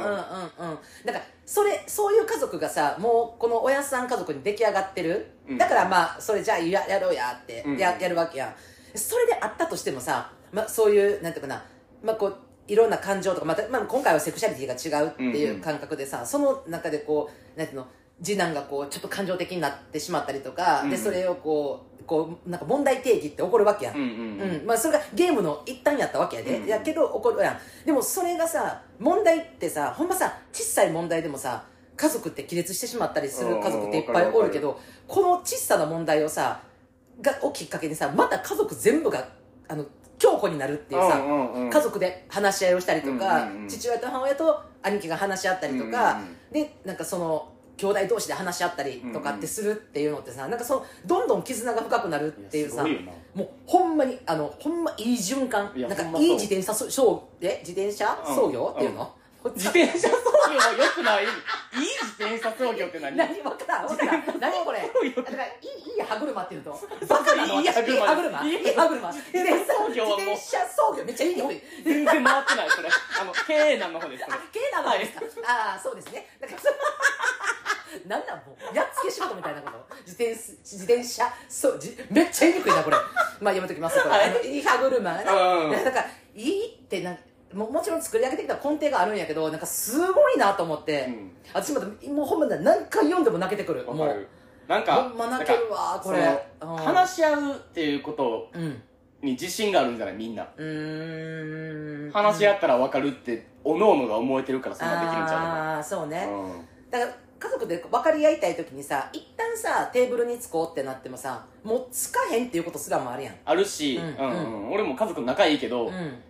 S2: だからそれそういう家族がさもうこのおやっさん家族に出来上がってる、
S1: うん
S2: だからまあそれじゃあややろうやって
S1: うんうん
S2: や,、やるわけやんそれであったとしてもさ、まあ、そういうなんていうかな、まあ、こういろんな感情とか、またまあ、今回はセクシャリティが違うってい
S1: んうん
S2: う感覚でさ、その中でこうなんていうの次男がこうちょっと感情的になってしまったりと
S1: う
S2: か、
S1: んうん
S2: でそれをこうこうなんか問題定義って起こるわけやん
S1: うんうん
S2: うんまあ、それがゲームの一端やったわけやで、
S1: うん
S2: やけど怒るやんでもそれがさ問題ってさほんまさ小さい問題でもさ家族って亀裂してしまったりする
S1: うん
S2: 家族っていっぱいおるけどこの小さな問題をさがをきっかけにさまた家族全部があの強固になるっていうさ、
S1: うんうんうん
S2: 家族で話し合いをしたりとか、
S1: うんうんうん
S2: 父親と母親と兄貴が話し合ったりとか、
S1: うんうんうん
S2: でなんかその兄弟同士で話し合ったりとかってするっていうのってさ、なんかそのどんどん絆が深くなるっていうさ
S1: いやすごいよな
S2: もうほんまにあのほんまいい循環
S1: いや
S2: なんか
S1: ほんまそう
S2: いい自転車そしょうえ自転車
S1: うん
S2: 操業っていうの、
S1: 自転車操業は良くないいい自転車操業って 何
S2: 何わからんわからん何これ
S1: 業
S2: だからいいいい歯車っていうのとバカなの
S1: いい歯車
S2: いい歯車いい歯車自
S1: 転車操業はもう
S2: 転車操業めっちゃいいねこれ
S1: 全然回ってないそれあの経営難の方ですそれ
S2: あ、ケーナのですか、ああ、そうですね。 なんか、そなんなんもう、やっつけ仕事みたいなこと。自転す、自転車、そう、じめっちゃ言いにくいな、これ。まあ、やめときます、これ。あの、いい歯車がね。
S1: うん
S2: なんか、いいってなんもうもちろん作り上げてきた根底があるんやけどなんかすごいなと思って、
S1: うん
S2: 私まだもうほんまに何回読んでも泣けてくる
S1: わ
S2: も
S1: か
S2: う
S1: るなんか
S2: ほんま泣けるわこれ
S1: その
S2: うん
S1: 話し合うっていうこと
S2: うん
S1: に自信があるんじゃないみんな
S2: うーん
S1: 話し合ったら分かるっておのおのが思えてるからそんなできるんちゃ
S2: ああーそうね、
S1: うのうん
S2: だから家族で分かり合いたい時にさ一旦さテーブルにつこうってなってもさもうつかへんっていうことすらもあるやん
S1: あるし、
S2: う
S1: うんんうん俺も家族仲いいけど、
S2: うん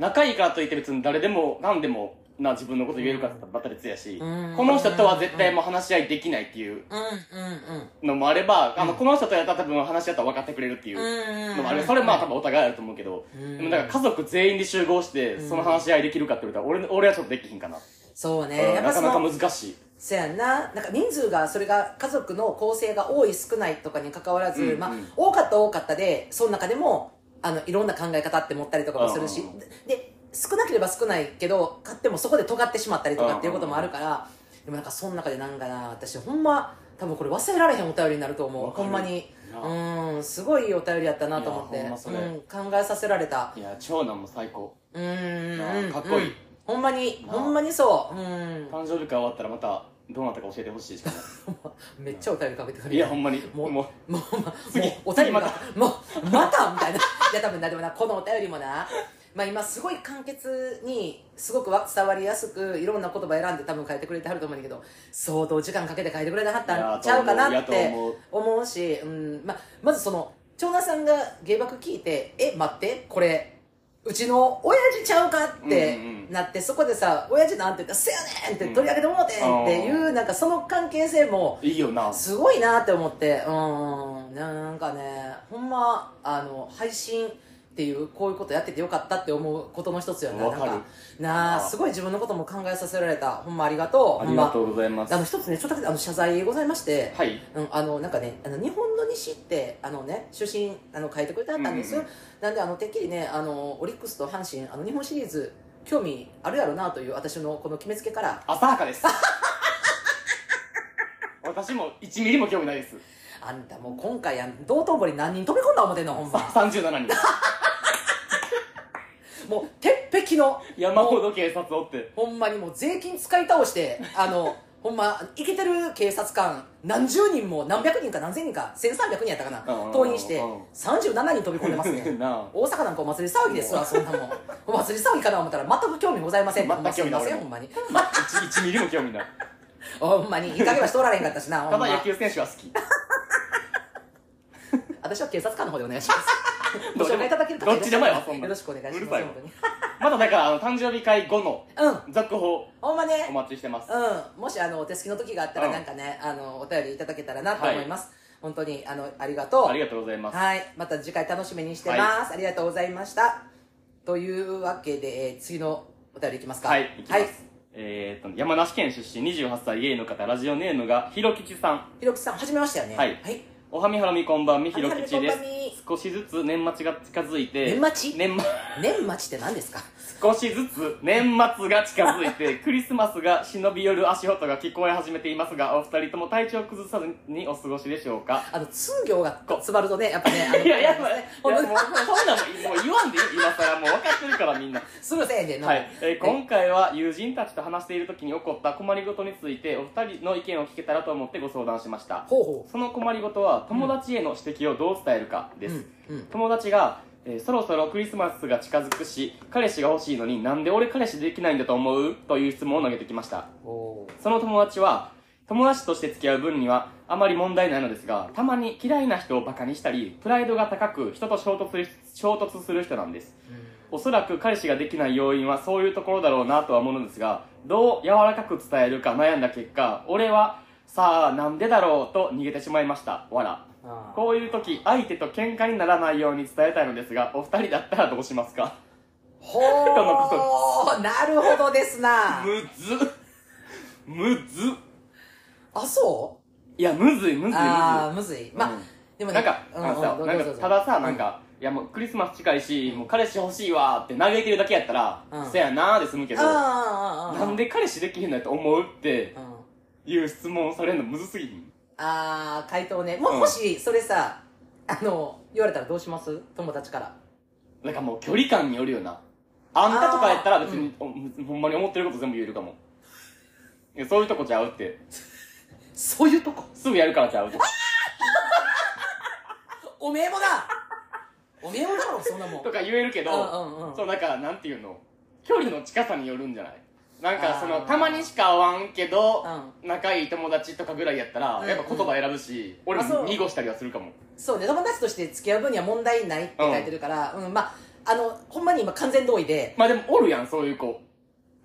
S1: 仲いいからといって別に誰でも何でもな自分のこと言えるかってばったりつやし、
S2: うん
S1: この人とは絶対もう話し合いできないっていう
S2: うんうん
S1: のもあれば、あ
S2: う
S1: の
S2: ん
S1: この人とやったら多分話し合ったら分かってくれるっていう
S2: うん
S1: のもあれ、それまあ多分お互いあると思うけど、
S2: うん
S1: でもなんか家族全員で集合して
S2: うん
S1: その話し合いできるかって言われたら俺の俺はちょっとできひんかな、
S2: そう
S1: う
S2: ね
S1: ん
S2: や
S1: な
S2: っぱ
S1: か
S2: そ
S1: なか
S2: の
S1: 難しい
S2: そやんななんか人数がそれが家族の構成が多い少ないとかに関わらず、
S1: うんうん
S2: まあ、多かったら多かったでその中でもあのいろんな考え方って持ったりとかもするし、
S1: うんうん
S2: でで少なければ少ないけど買ってもそこで尖ってしまったりとかっていうこともあるから、でもなんかその中でなんかな私ほんま多分これ忘れられへんお便りになると思う
S1: わか
S2: ほ
S1: る
S2: んまに
S1: な
S2: うんすごいいいお便りやったなと思って、
S1: いやほんまそれ
S2: うん、考えさせられた
S1: いや長男も最高
S2: うんうんうん
S1: なあかっこいい
S2: うんほんまに
S1: なあ
S2: ほんまにそううん
S1: 誕生日会終わったらまたどうなったか教えてほしいしかも
S2: めっちゃお便りかけてくれる
S1: いやほんまにも
S2: も
S1: う
S2: う
S1: も
S2: もう、ま、
S1: 次
S2: もうお便りが
S1: 次
S2: もうまたみたいないや多分なでもなこのお便りもなまあ今すごい簡潔にすごくわ伝わりやすくいろんな言葉選んで多分書いてくれてはると思うんだけど相当時間かけて書いてくれなかったんちゃうか
S1: い
S2: な
S1: や
S2: っ
S1: と思う
S2: て
S1: いやと思う
S2: 思うし、うんまあ、まずその長男さんが芸爆聞いて「え待ってこれうちの親父ちゃうか?」って
S1: うんうん
S2: なって、そこでさ「親父なんて言ったらせやねん!」って取り上げてもうてんっていう、なんかその関係性も
S1: いいよな
S2: すごいなって思ってうんなんかねほんまあの配信っていうこういうことやっててよかったって思うことの一つよね
S1: わかる
S2: なんかなあ
S1: あー
S2: すごい自分のことも考えさせられたほんまありがとう
S1: ありがと
S2: う
S1: うございます
S2: あの一つねちょっとだけあの謝罪ございまして、
S1: はい
S2: うん、あのなんかねあの日本の西ってあのね出身あの書いてくれてあったんですよ、
S1: うんう
S2: なんであのてっきりねあのオリックスと阪神あの日本シリーズ興味あるやろなという私のこの決めつけから
S1: 浅はかです 私も1ミリも興味ないです
S2: あんたもう今回やん道頓堀何人飛び込んだ思てんのほんま
S1: 37人
S2: もう鉄壁の
S1: 山ほど警察おって
S2: ほんまにもう税金使い倒してあの ほんまイケてる警察官何十人も何百人か何千人か1300人やったかな
S1: うんうんうん
S2: 党員して
S1: うん
S2: 37人飛び込んでますね
S1: なあ
S2: 大阪なんかお祭り騒ぎですわそんなもんお祭り騒ぎかな思ったら全く興味ございません
S1: 全く
S2: ほんますいません
S1: 興
S2: ほん
S1: 味
S2: まに
S1: 1, ミリも興味ない
S2: ほんまにいい加減はしておられへんかったしなほ
S1: た
S2: んま
S1: だ野球選手は好き
S2: 私は警察官の方でお願いしますご
S1: どっちで
S2: 紹
S1: も
S2: 介いただける方
S1: どっちでもやわそんな
S2: よろしくお願いします
S1: うるさいわ
S2: 本
S1: まだだからあの誕生日会後の
S2: 当にうん
S1: 続報
S2: ほんまね
S1: お待ちしてます
S2: うん、もしあのお手すきの時があったら
S1: うん
S2: なんかね、あのお便りいただけたらなと思います、本当にあのありがとう
S1: ありがとうございます
S2: はいまた次回楽しみにしてます、ありがとうございましたというわけで、えー次のお便りいきますか
S1: はい、いきます。
S2: はい、
S1: えー、と、山梨県出身28歳、ゲイの方、ラジオネームが、ひろきちさん。
S2: ひろきさんはじめましたよね
S1: はいおはみはらみこんばんみ、ひろきちで
S2: はみはらみこんばんみ
S1: す。少しずつ年末が近づいて、
S2: 年末
S1: 年末
S2: 年末って何ですか
S1: 少しずつ年末が近づいて、 クリスマスが忍び寄る足音が聞こえ始めていますが、お二人とも体調を崩さずにお過ごしでしょう か。
S2: あの通行が詰まるとねやっぱねあの
S1: いや、やばい。いや、も
S2: ほ
S1: う、
S2: ん
S1: そ
S2: と
S1: ん
S2: に
S1: なの、もう言わんでいい今さら、もう分かってるから、みんな。
S2: するせえねんの、
S1: はい、えー今回は友人たちと話している時に起こった困りごとについてお二人の意見を聞けたらと思ってご相談しました
S2: ほうほ
S1: その困りごとは友達への指摘をどう伝えるか
S2: う
S1: です、
S2: うんうん
S1: 友達が、ええーそろそろクリスマスが近づくし彼氏が欲しいのになんで俺彼氏できないんだと思うという質問を投げてきました
S2: おー
S1: その友達は友達として付き合う分にはあまり問題ないのですがたまに嫌いな人をバカにしたりプライドが高く人と衝突する衝突する人なんですおそらく彼氏ができない要因はそういうところだろうなとは思うのですがどう柔らかく伝えるか悩んだ結果俺はさあなんでだろうと逃げてしまいましたわら
S2: あー
S1: こういう時相手と喧嘩にならないように伝えたいのですがお二人だったらどうしますか
S2: ほ
S1: との
S2: ーなるほどですな
S1: むずっむずっ
S2: あそ
S1: いやむずいむずいむ
S2: う
S1: ずい
S2: ああむずいまあ、
S1: うん
S2: でも
S1: な
S2: ね
S1: んか、
S2: う
S1: あのさ
S2: う
S1: なんか
S2: どうぞどうぞ
S1: たださ、なんか、いやもうクリスマス近いし、もう彼氏欲しいわーって嘆いてるだけやったら、
S2: うん
S1: せやなーで済むけど、な
S2: あーあーあーあー
S1: んで彼氏できへんのやと思うって
S2: うん
S1: いう質問をされるのむずすぎん
S2: あー回答ねも,、
S1: うん
S2: もしそれさあの言われたらどうします友達から
S1: なんかもう距離感によるよな。あんたとかやったら別に、おほんまに思ってること全部言えるかも。いやそういうとこちゃうって。
S2: そういうとこ
S1: すぐやるからちゃうと
S2: おめえもだおめえもだろそん なもん
S1: とか言えるけど、
S2: うんうんうん
S1: そうなんか、なんていうの距離の近さによるんじゃないなんかその
S2: あー
S1: たまにしか会わんけど、仲いい友達とかぐらいやったら、
S2: うん
S1: やっぱ言葉選ぶし、俺
S2: あそう
S1: も濁したりはするかも
S2: そうね友達として付き合う分には問題ないって書いてるからうん、まああのほんまに今完全同意で
S1: まあでもおるやんそういう子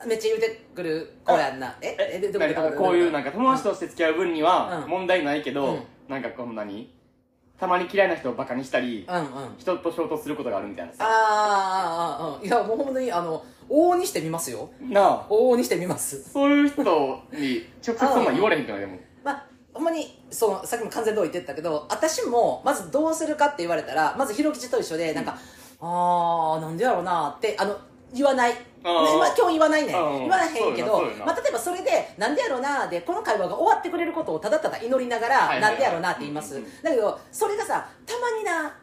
S2: めっちゃ言うてくる子やんなええでどこ
S1: なん
S2: で
S1: かこういう
S2: な
S1: なんか友達として付き合う分には
S2: うん
S1: 問題ないけど、
S2: うん
S1: なんかこんなにたまに嫌いな人をバカにしたり、
S2: うんうん
S1: 人と衝突することがあるみたいなさ
S2: あーあーあーあーいやもうほんまにあの往々にしてみますよ
S1: なあ
S2: 往々にしてみます
S1: そういう人に直接そんなん言われへんからでも
S2: まあほんまにそのさっきも完全同意って言ったけど私もまずどうするかって言われたらまずひろきちと一緒でなんか、あーなんでやろうなってあの言わない
S1: あ
S2: ね
S1: ー
S2: まあ、今日言わないね
S1: あー
S2: 言わへんけ
S1: そう
S2: ど
S1: やなそうやな
S2: まあ、例えばそれで「なんでやろうな」でこの会話が終わってくれることをただただ祈りなが
S1: はい
S2: ら「
S1: はい
S2: なんでやろうな」って言います、
S1: うんうんう
S2: だけどそれがさたまにな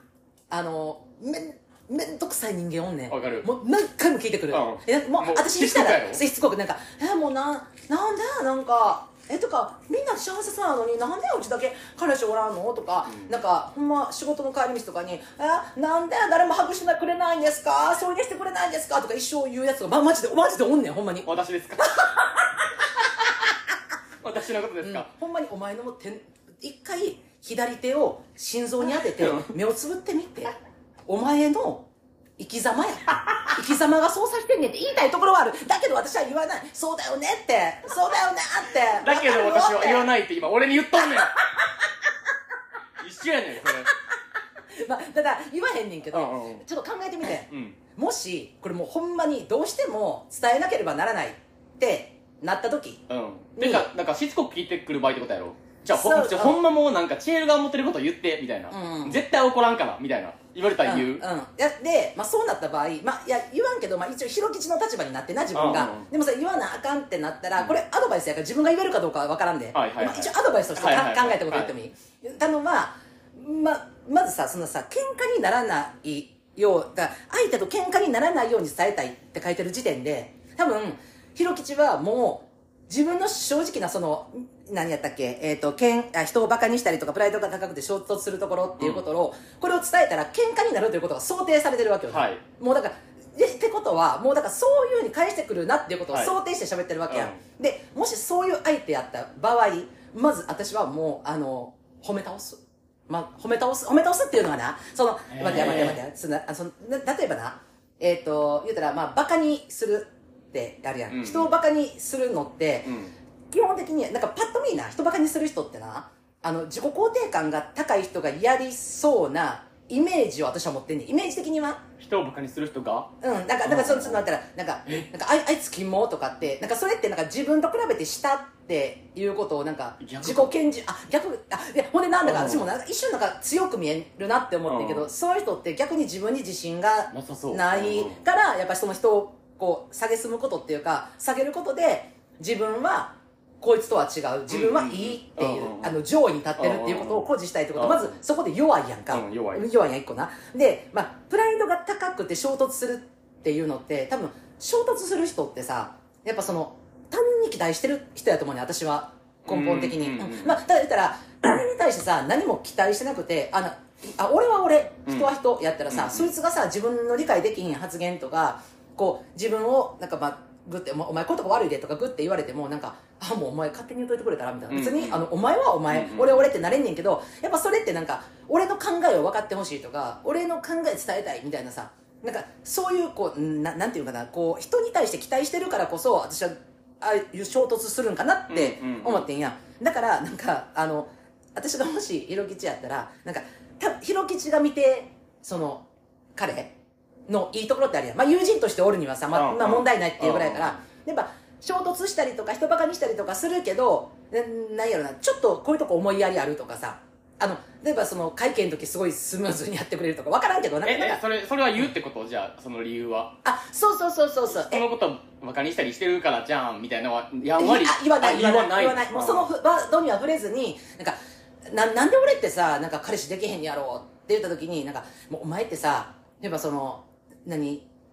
S2: あのめんめんどくさい人間おんねん
S1: わかる
S2: もう何回も聞いてくる、
S1: うん
S2: えもう
S1: もう
S2: 私にし
S1: しつ
S2: た
S1: こいや
S2: ら
S1: ろ
S2: しつこくなんか「えもうななんでなんかえとかみんな幸せそうなのになんでうちだけ彼氏おらんの?」とか、
S1: うん
S2: なんかほんま仕事の帰り道とかに「えなんで誰もハグしてくれないんですかそれでしてくれないんですか?」とか一生言うやつが、ま、マジでマジでおんねんほんまに、
S1: 私 ですか私のことですか、
S2: ほんまにお前のも手一回左手を心臓に当てて
S1: う
S2: 目をつぶってみてお前の生き 様や生き様がそうさせてんねんって言いたいところはあるだけど私は言わないそうだよねってそうだよねって
S1: だけど
S2: わか
S1: 私
S2: るよっ
S1: は
S2: て
S1: 言わないって今俺に言っとん ねん一緒やねんそれ
S2: まあ、ただ言わへんねんけど、
S1: うんうんうん
S2: ちょっと考えてみて
S1: うん
S2: もしこれもうほんまにどうしても伝えなければならないってなった時
S1: うんてかなんかしつこく聞いてくる場合ってことやろじゃあほ
S2: そう
S1: じゃあ
S2: うん
S1: ほんまもうなんかチエルが思ってること言ってみたいな、
S2: うんうん
S1: 絶対怒らんからみたいな言われたら言う、
S2: んんいやで、まあ、そうなった場合、まあ、いや言わんけど、まあ、一応広吉の立場になってな自分が、
S1: うんうんうん
S2: でもさ言わなあかんってなったら、
S1: うん
S2: これアドバイスやから自分が言えるかどうかは分からんで、
S1: はいはいはい
S2: まあ、一応アドバイスとしてか、
S1: はいはいはい
S2: 考えたこと言ってもいい、あのまあままずさそのさ喧嘩にならないようだ相手と喧嘩にならないように伝えたいって書いてる時点で多分広吉はもう自分の正直なその何やったっけ、えー、とけんあ人をバカにしたりとかプライドが高くて衝突するところっていうことを、これを伝えたら喧嘩になるということが想定されてるわけよ、
S1: はい
S2: もうだからえってことはもうだからそういうふうに返してくるなっていうことを
S1: はい
S2: 想定して喋ってるわけや、、
S1: うん
S2: でもしそういう相手やった場合まず私はもうあの褒め倒すまあ、褒め倒す、褒め倒すっていうのはな、その、
S1: へー
S2: 待って待って待って、その、あそのな例えばな、えっ、と、言うたら、まあ、バカにするってあるやん。
S1: うん
S2: 人をバカにするのって、
S1: うん
S2: 基本的に、なんかパッと見な、人バカにする人ってな、あの、自己肯定感が高い人がやりそうなイメージを私は持ってんねんイメージ的には。
S1: 人をバカにする人が
S2: うん、なんか、なんか、その、その、だったら、なんか、なんか、あいあいつ金毛とかって、なんか、それって、なんか、自分と比べてしたっていうことを、なんか、
S1: 逆
S2: 自己顕示、あ、逆、あ、で、ほんで、なんだ
S1: う
S2: か、
S1: ん
S2: 私も、なんか、一瞬、なんか、強く見えるなって思ってんけ
S1: う
S2: ど、そういう人って、逆に自分に自信が
S1: なさそう
S2: ない
S1: うん
S2: から、やっぱりその人を、こう、下げすむことっていうか、下げることで、自分は、こいつとは違う、自分はいいっていう
S1: うんうんう、ん
S2: あの、上位に立ってるっていうことを誇示したいってこと、
S1: うん
S2: まず、そこで弱いやんか。
S1: うん弱い
S2: 弱いやん、一個な。で、まあ、プライドが高くて衝突するっていうのって、多分、衝突する人ってさ、やっぱその、単に期待してる人やと思うねん、私は。根本的に。
S1: うんうんうん
S2: うんまあ、ただ言ったら、誰に対してさ、何も期待してなくて、あの、あ俺は俺
S1: うん
S2: 人は人やったらさ、
S1: うん
S2: そいつがさ自分の理解できひん発言とかこう自分をなんかまあグって「おお前言葉悪いで」とかグって言われてもなんか「あもうお前勝手に言っといてくれたら」みたいな、
S1: うん
S2: 別にあの「お前はお前、
S1: うん
S2: 俺俺」ってなれんねんけどやっぱそれってなんか俺の考えを分かってほしいとか俺の考え伝えたいみたいなさなんかそういうこうななんていうかなこう人に対して期待してるからこそ私はああいう衝突するんかなって
S1: うんうんうん
S2: 思ってんや、だからなんかあの私がもしひろきちやったらなんかたひろきちが見てその彼のいいところってあるやん、まあ、友人としておるにはさ、まあ
S1: うん
S2: まあ、問題ないっていうぐらいやから
S1: うん
S2: やっぱ衝突したりとか人バカにしたりとかするけどななんやろなちょっとこういうとこ思いやりあるとかさあの例えばその会見の時すごいスムーズにやってくれるとかわからんけどなんか
S1: え
S2: なん
S1: え
S2: か
S1: それそれは言うってことじゃあその理由は
S2: あそうそうそうそうそう
S1: そのことバカにしたりしてるからじゃんみたいなのはやんわり
S2: あ言わない
S1: あ
S2: 言わない
S1: 言わ
S2: 言
S1: な
S2: わないいもうそのふワードには触れずになんかななんで俺ってさなんか彼氏できへんやろって言った時になんかもうお前ってさ例えばその何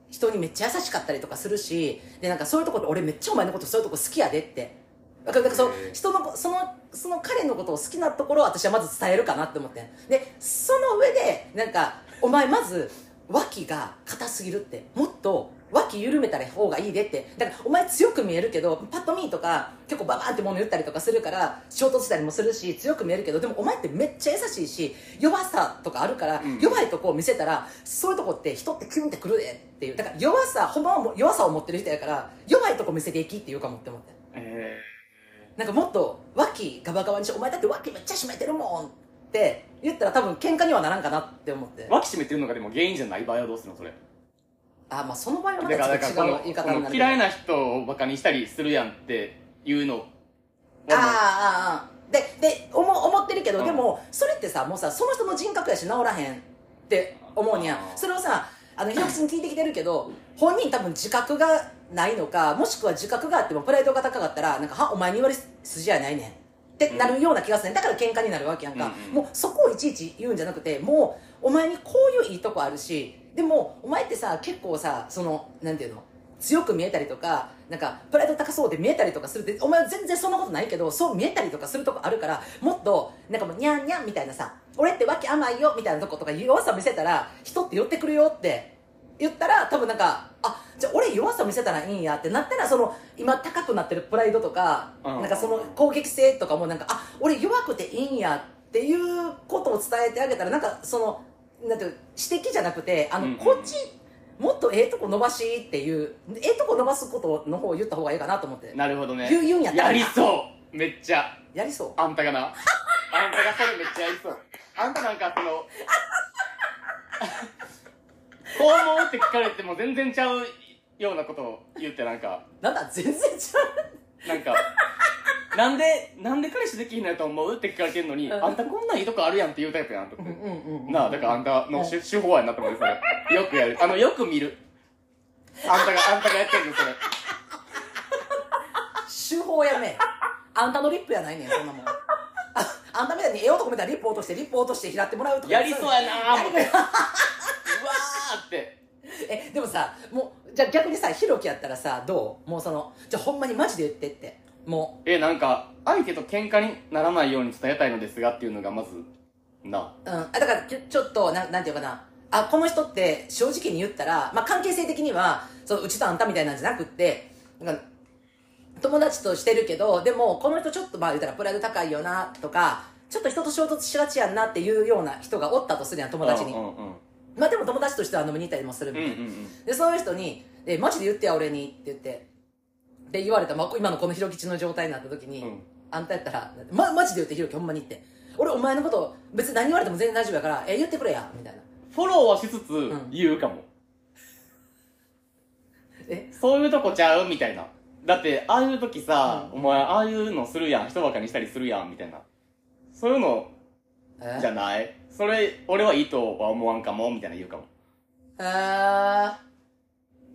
S2: 人にめっちゃ優しかったりとかするしでなんかそういうところ俺めっちゃお前のことそういうとこ好きやでってわかるだからその
S1: へー
S2: 人のこそのその彼のことを好きなところを私はまず伝えるかなって思ってんでその上でなんかお前まず脇が硬すぎるってもっと脇緩めた方がいいでってだからお前強く見えるけどパッと見とか結構ババーンって物言ったりとかするから衝突したりもするし強く見えるけどでもお前ってめっちゃ優しいし弱さとかあるから、
S1: うん
S2: 弱いとこを見せたらそういうとこって人ってキュンってくるでっていうだから弱さほんまはもう弱さを持ってる人やから弱いとこ見せていきって言うかもって思って
S1: え
S2: なんかもっと脇ガバガバにして「お前だって脇めっちゃ締めてるもん」って言ったら多分喧嘩にはならんかなって思って
S1: ー、脇締めてるのがでも原因じゃない場合はどうするのそれ
S2: あまあその場合はま
S1: だからだ
S2: た
S1: から
S2: ちょっ
S1: こと
S2: 違
S1: の
S2: う言い
S1: こ
S2: 方にな
S1: の
S2: る
S1: 嫌い
S2: な
S1: な人をバカにしたりするやんっていうのはもう
S2: ああああでで思思ってるけど、
S1: うん
S2: でもそれってさもうさその人の人格やし治らへんって思うにゃん
S1: あー
S2: それをさあのひろきちに聞いてきてるけど本人多分自覚がないのかもしくは自覚があってもプライドが高かったらなんかはお前に言われる筋やないねんってなるような気がするねだから喧嘩になるわけやんか、
S1: うんうん
S2: もうそこをいちいち言うんじゃなくてもうお前にこういういいとこあるしでもお前ってさ結構さそのなんていうの強く見えたりとかなんかプライド高そうで見えたりとかするでお前は全然そんなことないけどそう見えたりとかするとこあるからもっとなんかもうニャンニャンみたいなさ俺って脇甘いよみたいなとことか弱さ見せたら人って寄ってくるよって言ったら多分なんかあじゃあ俺弱さ見せたらいいんやってなったらその今高くなってるプライドとか、
S1: うん
S2: なんかその攻撃性とかもなんかあ俺弱くていいんやっていうことを伝えてあげたらなんかそのなんていう指摘じゃなくてあの、
S1: うんうん
S2: こっちもっとええとこ伸ばしっていうええとこ伸ばすことの方を言った方がいいかなと思って
S1: なるほどね
S2: 言う言うんやったら
S1: りそうめっちゃ
S2: やりそう
S1: あんたがなあんたがそれめっちゃやりそうあんたなんかそのこう思うって聞かれても全然ちゃうようなことを言ってなんか
S2: なんだ全然違う
S1: なんかなんでなんで彼氏できひんのやと思うって聞かれてんのに、
S2: うん
S1: あんたこんなんいいとこあるやんって言うタイプやんとか、
S2: うんうんうん
S1: なあだからあんたの手手法やなと思ってそれよくやるあのよく見るあんたがあんたがやってるのそれ
S2: 手法やめあんたのリップやないねんそんなもんああんたみたいにええ男みたいなリップ落としてリップ落として拾ってもらうとか
S1: やりそうやなー
S2: や
S1: 思
S2: り
S1: って
S2: そう
S1: う
S2: や
S1: わーって
S2: えでもさもうじゃあ逆にさひろきやったらさどうもうそのじゃあほんまにマジで言ってっても
S1: えなんか相手と喧嘩にならないように伝えたいのですがっていうのがまずな
S2: う、うん、あだからちょちょっとなんなんていうかなあこの人って正直に言ったら、まあ、関係性的にはそのうちとあんたみたいなんじゃなくってなんか友達としてるけどでもこの人ちょっとまあ言ったらプライド高いよなとかちょっと人と衝突しがちやんなっていうような人がおったとするやん友達に、
S1: うんうんうん
S2: まあでも友達としては飲みに行ったりもするみ
S1: うん
S2: たい
S1: うん
S2: な、でそういう人に「えマジで言ってや俺に」って言ってで言われた、まあ、今のこのひろきちの状態になった時に、
S1: うん
S2: あんたやったら「ま、マジで言ってひろきほんまに」って俺お前のこと別に何言われても全然大丈夫やから「え言ってくれや」みたいな
S1: フォローはしつつ
S2: ん
S1: 言うかも、
S2: え
S1: そういうとこちゃうみたいなだってああいう時さ、お前ああいうのするやん人ばかにしたりするやんみたいなそういうの
S2: え
S1: じゃないそれ俺はいいとは思わんかもみたいな言うかも
S2: えー、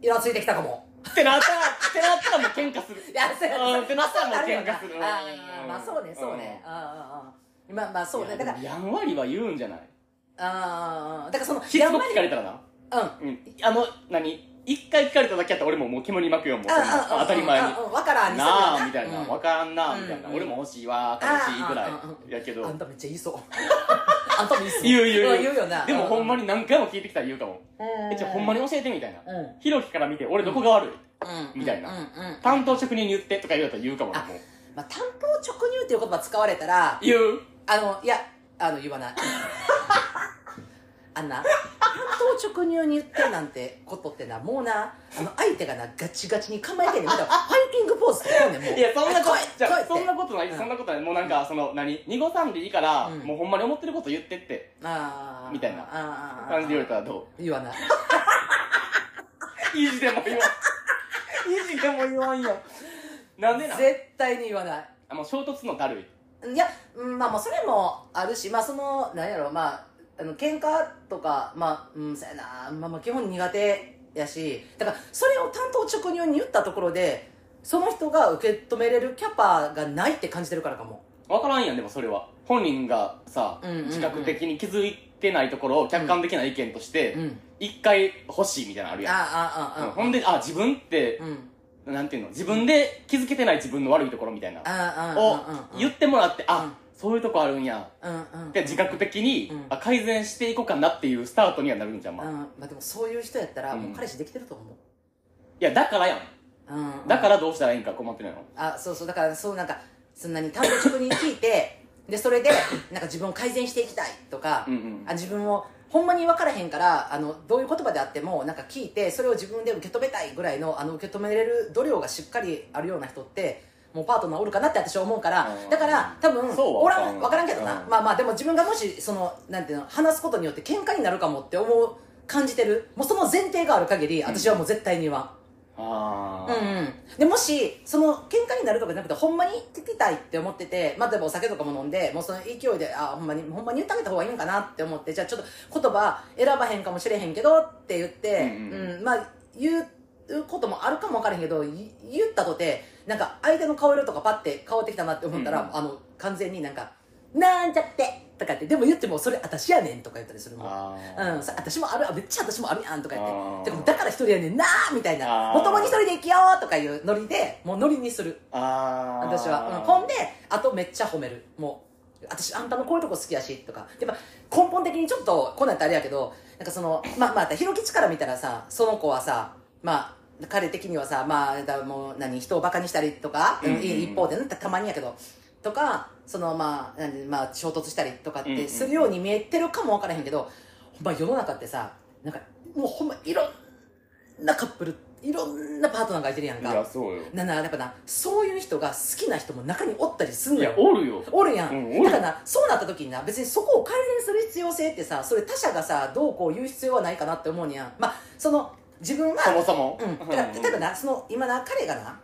S2: イラついてきたかも
S1: ってなったらってなったらもう喧嘩する
S2: いやそうや
S1: うんってなったらもう
S2: そうなるよな
S1: 喧嘩する
S2: あ
S1: う
S2: ー
S1: ん
S2: まあそうねそうね
S1: う
S2: あーあーあーまあまあそうねだから
S1: やんわりは言うんじゃない
S2: あーあーだからその
S1: しつ
S2: やん
S1: こ
S2: わ
S1: く
S2: り
S1: 聞かれたらな
S2: うん
S1: うんあの何一回聞かれただけやったら俺ももう煙巻くよもうそんな当たり前に
S2: うんうんうんわからんにするよ
S1: なあみたいな、
S2: うん
S1: わからんなみたいな、
S2: うんうん
S1: 俺も欲しいわ楽しいぐら
S2: あーあーあ
S1: いやけど
S2: あんためっちゃ言いそうあんたもいいっすね
S1: 言う言う言うん
S2: 言うよな
S1: でもほんま
S2: に
S1: に何回も聞いてきたら言うかも。え、じゃあほんま
S2: に
S1: に教えてみたいな。
S2: うんうん
S1: ひろきから見て、俺どこが悪いみたいな
S2: うんうん
S1: 担当職人に言ってとか言うと言うかもな。
S2: あ
S1: もう
S2: まあ、単刀直入っていう言葉使われたら
S1: 言う
S2: あのいやあの言わない あんな単刀直入に言ってなんてことってなもうなあの相手がなガチガチに構えてんねん見たらファイティングポーズとか言うねんもう
S1: いや、そんなこと
S2: 来い、
S1: じゃ
S2: 来い
S1: あ
S2: って
S1: そんなことない、
S2: うん
S1: そんなことない。もうなんか、その、何濁さんでいいから、
S2: うん
S1: もうほんまに思ってること言ってって
S2: あー
S1: みたいな
S2: あー
S1: 感じで言われたらど
S2: 言わないう
S1: 意地でも言わん。意地でも言わんよ。なんでなん
S2: 絶対に言わない
S1: あ、もう衝突のだるい。
S2: いや、うんまあまあそれもあるし、まあその、なんやろ、まあ、あの、喧嘩とか、まあ、うん、そうやな、まあまあ基本苦手やし、だからそれを担当直入に言ったところで、その人が受け止めれるキャパがないって感じてるからかも。
S1: わからんやん、でもそれは。本人がさ、
S2: うんうんうん
S1: 自覚的に気づいてないところを客観的な意見として
S2: う、ん。
S1: 一回欲しいみたいなのあるや
S2: あ
S1: ん。
S2: あ、あ
S1: うん
S2: あ、あ
S1: ほんで、あ、自分って
S2: う、ん。
S1: なんていうの自分で気づけてない自分の悪いところみたいな
S2: あ。あ、ああ、
S1: を
S2: うん
S1: 言ってもらって、
S2: うん
S1: あ、そういうとこあるんや。
S2: うんうん。
S1: で自覚的に、
S2: うん
S1: あ改善していこうかなっていうスタートにはなるんじゃん、
S2: う
S1: ま
S2: ん。
S1: あい
S2: まあでもそういう人やったら、
S1: うん
S2: もう彼氏できてると思
S1: やだからやん
S2: う。うん。
S1: だからどうしたらいいんか困ってないの
S2: あそうそうだからそうなんかそんなに単独職人聞いて でそれでなんか自分を改善していきたいとか、
S1: うんうん
S2: あ自分をほんまに分からへんからあのどういう言葉であってもなんか聞いてそれを自分で受け止めたいぐらいのあの受け止めれる度量がしっかりあるような人ってもうパートナーおるかなって私は思うから
S1: うん
S2: だから多分
S1: そうは
S2: おら
S1: うん
S2: ん分からんけどな、
S1: うん
S2: まあまあでも自分がもしそのなんていうの話すことによって喧嘩になるかもって思う感じてるもうその前提がある限り私はもう絶対に言わん
S1: あ
S2: うん
S1: ー、
S2: うん、でもしその喧嘩になるとかじゃなくてほんまに聞きたいって思ってて、まあ、例えばお酒とかも飲んでもうその勢いであほんまにほんまに言ってあげた方がいいんかなって思ってじゃあちょっと言葉選ばへんかもしれへんけどって言って、
S1: うんうん
S2: まあ言うこともあるかもわからへんけどい言ったとてなんか相手の顔色とかパッて変わってきたなって思ったら、
S1: うんうん
S2: あの完全になんか「なんちゃって」とかってでも言っても「それ私やねん」とか言ったりするもん
S1: あー
S2: うん、さ私もあるあめっちゃ私もあるやんとか言
S1: あ
S2: っ
S1: ー
S2: ててかだから一人やねんなーみたいな
S1: あー
S2: もともに一人で行きようとかいうノリでもうノリにする
S1: あー
S2: 私は、うん、ほんであとめっちゃ褒めるもう私あんたのこういうとこ好きやしとかやっぱ根本的にちょっとこんなんやったらあれやけどなんかそのまあまあひろきちから見たらさその子はさまあ彼的にはさまあだもう何人をバカにしたりとか、
S1: うんうんうん
S2: いい一方でねたたまにやけどとかそのまあ何まあ衝突したりとかっ
S1: うんうんう
S2: て
S1: ん
S2: するように見えてるかもわからへんけど、ほんま世の中ってさなんかもうほんまいろんなカップルいろんなパートナーがいてるやん
S1: い
S2: か
S1: やそうよ
S2: ななやっぱなそういう人が好きな人も中におったりすん
S1: い
S2: の
S1: や
S2: よ
S1: おるよ
S2: おるやん、
S1: うんおる
S2: だからなそうなった時にな別にそこを改善する必要性ってさそれ他者がさどうこう言う必要はないかなって思うにやんまあその自分が
S1: そもそも
S2: うん、だから例えばなその今な彼がな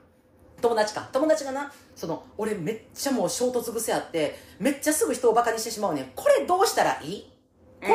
S2: 友達か友達がなその俺めっちゃもう衝突癖あってめっちゃすぐ人をバカにしてしまうねんこれどうしたらいいこ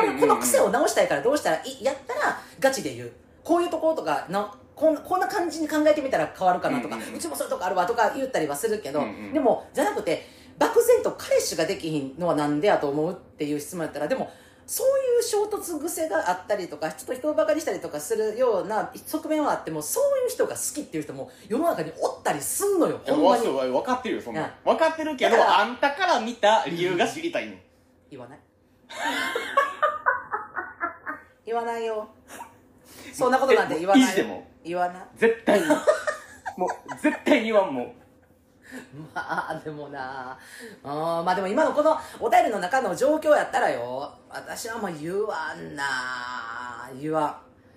S1: うんうん
S2: れ
S1: うん
S2: この癖を直したいからどうしたらいいやったらガチで言うこういうところとかなこんこんな感じに考えてみたら変わるかなとか、
S1: う
S2: うん
S1: うんうん
S2: ちもそういうとこあるわとか言ったりはするけど、
S1: うんうん
S2: でもじゃなくて漠然と彼氏ができひんのはなんでやと思うっていう質問やったらでもそういう衝突癖があったりとかちょっと人をバカにしたりとかするような側面はあってもそういう人が好きっていう人も世の中におったりすんのよ
S1: いや
S2: ほんま
S1: わし
S2: に
S1: は分かってるよそん
S2: うん
S1: な分かってるけど
S2: だから
S1: あんたから見た理由が知りたいの
S2: 言わない 言わないよそんなことなんて言わ
S1: えもう
S2: ない
S1: 意地でも
S2: 言わない
S1: 絶対 にもう絶対に言わんもん
S2: まあでもなあまあでも今のこのお便りの中の状況やったらよ私はもう言わんな言わん、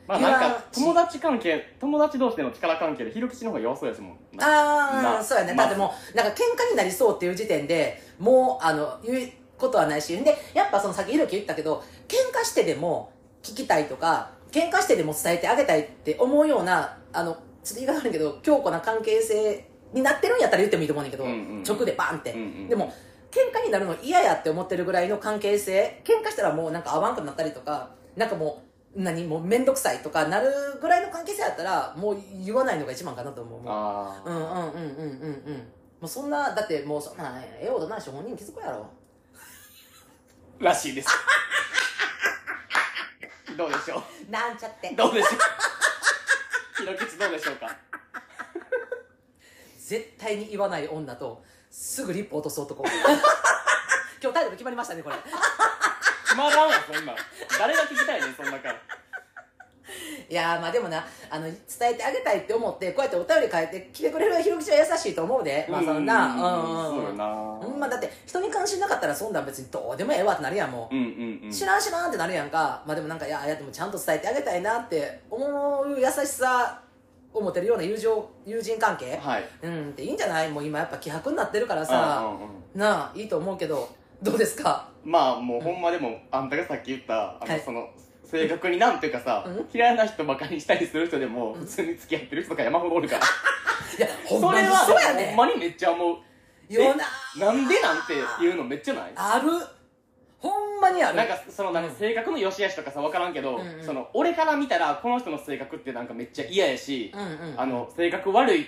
S1: まあ
S2: 言わ
S1: なんか
S2: し
S1: 友達関係友達同士での力関係でひろきちの方が弱そうやしもんな
S2: あ
S1: ま
S2: あそうやね、
S1: ま
S2: だってもうなんか喧嘩になりそうっていう時点でもうあの言うことはないしでやっぱそのさっきひろき言ったけど喧嘩してでも聞きたいとか喧嘩してでも伝えてあげたいって思うようなあのちょっと言い方悪いけど強固な関係性になってるんやったら言ってもいいと思うねんだけど、
S1: うんうんうん
S2: 直でバンって、
S1: うんうん
S2: でも喧嘩になるの嫌やって思ってるぐらいの関係性喧嘩したらもうなんか合わんくなったりとかなんかもう何もう面倒くさいとかなるぐらいの関係性やったらもう言わないのが一番かなと思う
S1: あ
S2: うんうんうんうんうんうんもうそんなだってもうそんなええことないし本人気づくやろ
S1: ーらしいです どうでしょ
S2: なんちゃって
S1: うどうでしょうひろきちどうでしょうか
S2: 絶対に言わない女 とすぐリップ落とす男今日タイトル決まりましたねこれ
S1: まらんわそんなん誰が聞きたいねんそんなから
S2: いやーまあでもなあの伝えてあげたいって思ってこうやってお便り変えて来てくれるひろきちは優しいと思うでまあそんな
S1: うんそうよな
S2: うんまあだって人に関心なかったらそんなん別にどうでもええわってなるやんもう、
S1: うんうんうん
S2: 知らん知らんってなるやんかまあでもなんかいやいやでもちゃんと伝えてあげたいなって思う優しさを持てるような友情友人関係
S1: はい
S2: うんっていいんじゃないもう今やっぱ希薄になってるから
S1: う
S2: さ
S1: んうんうん
S2: なあいいと思うけどどうですか
S1: まあもうほんまでもあんたがさっき言ったあ
S2: は
S1: の
S2: い
S1: その正確になんていうかさ
S2: うん
S1: 嫌いな人ばかりしたりする人でも
S2: うん
S1: 普通に付き合ってる人とか山ほどおるから
S2: いやほん
S1: そ
S2: ま
S1: れ
S2: に
S1: は
S2: そうや
S1: ほ
S2: ね
S1: んまにめっちゃ思う
S2: よな
S1: なんでなんて言うのめっちゃない
S2: あるほんまにある
S1: なんかそのなんか性格の良し悪しとかさ分からんけど、
S2: うんうん
S1: その俺から見たらこの人の性格ってなんかめっちゃ嫌やし
S2: う、んうん
S1: あの性格悪い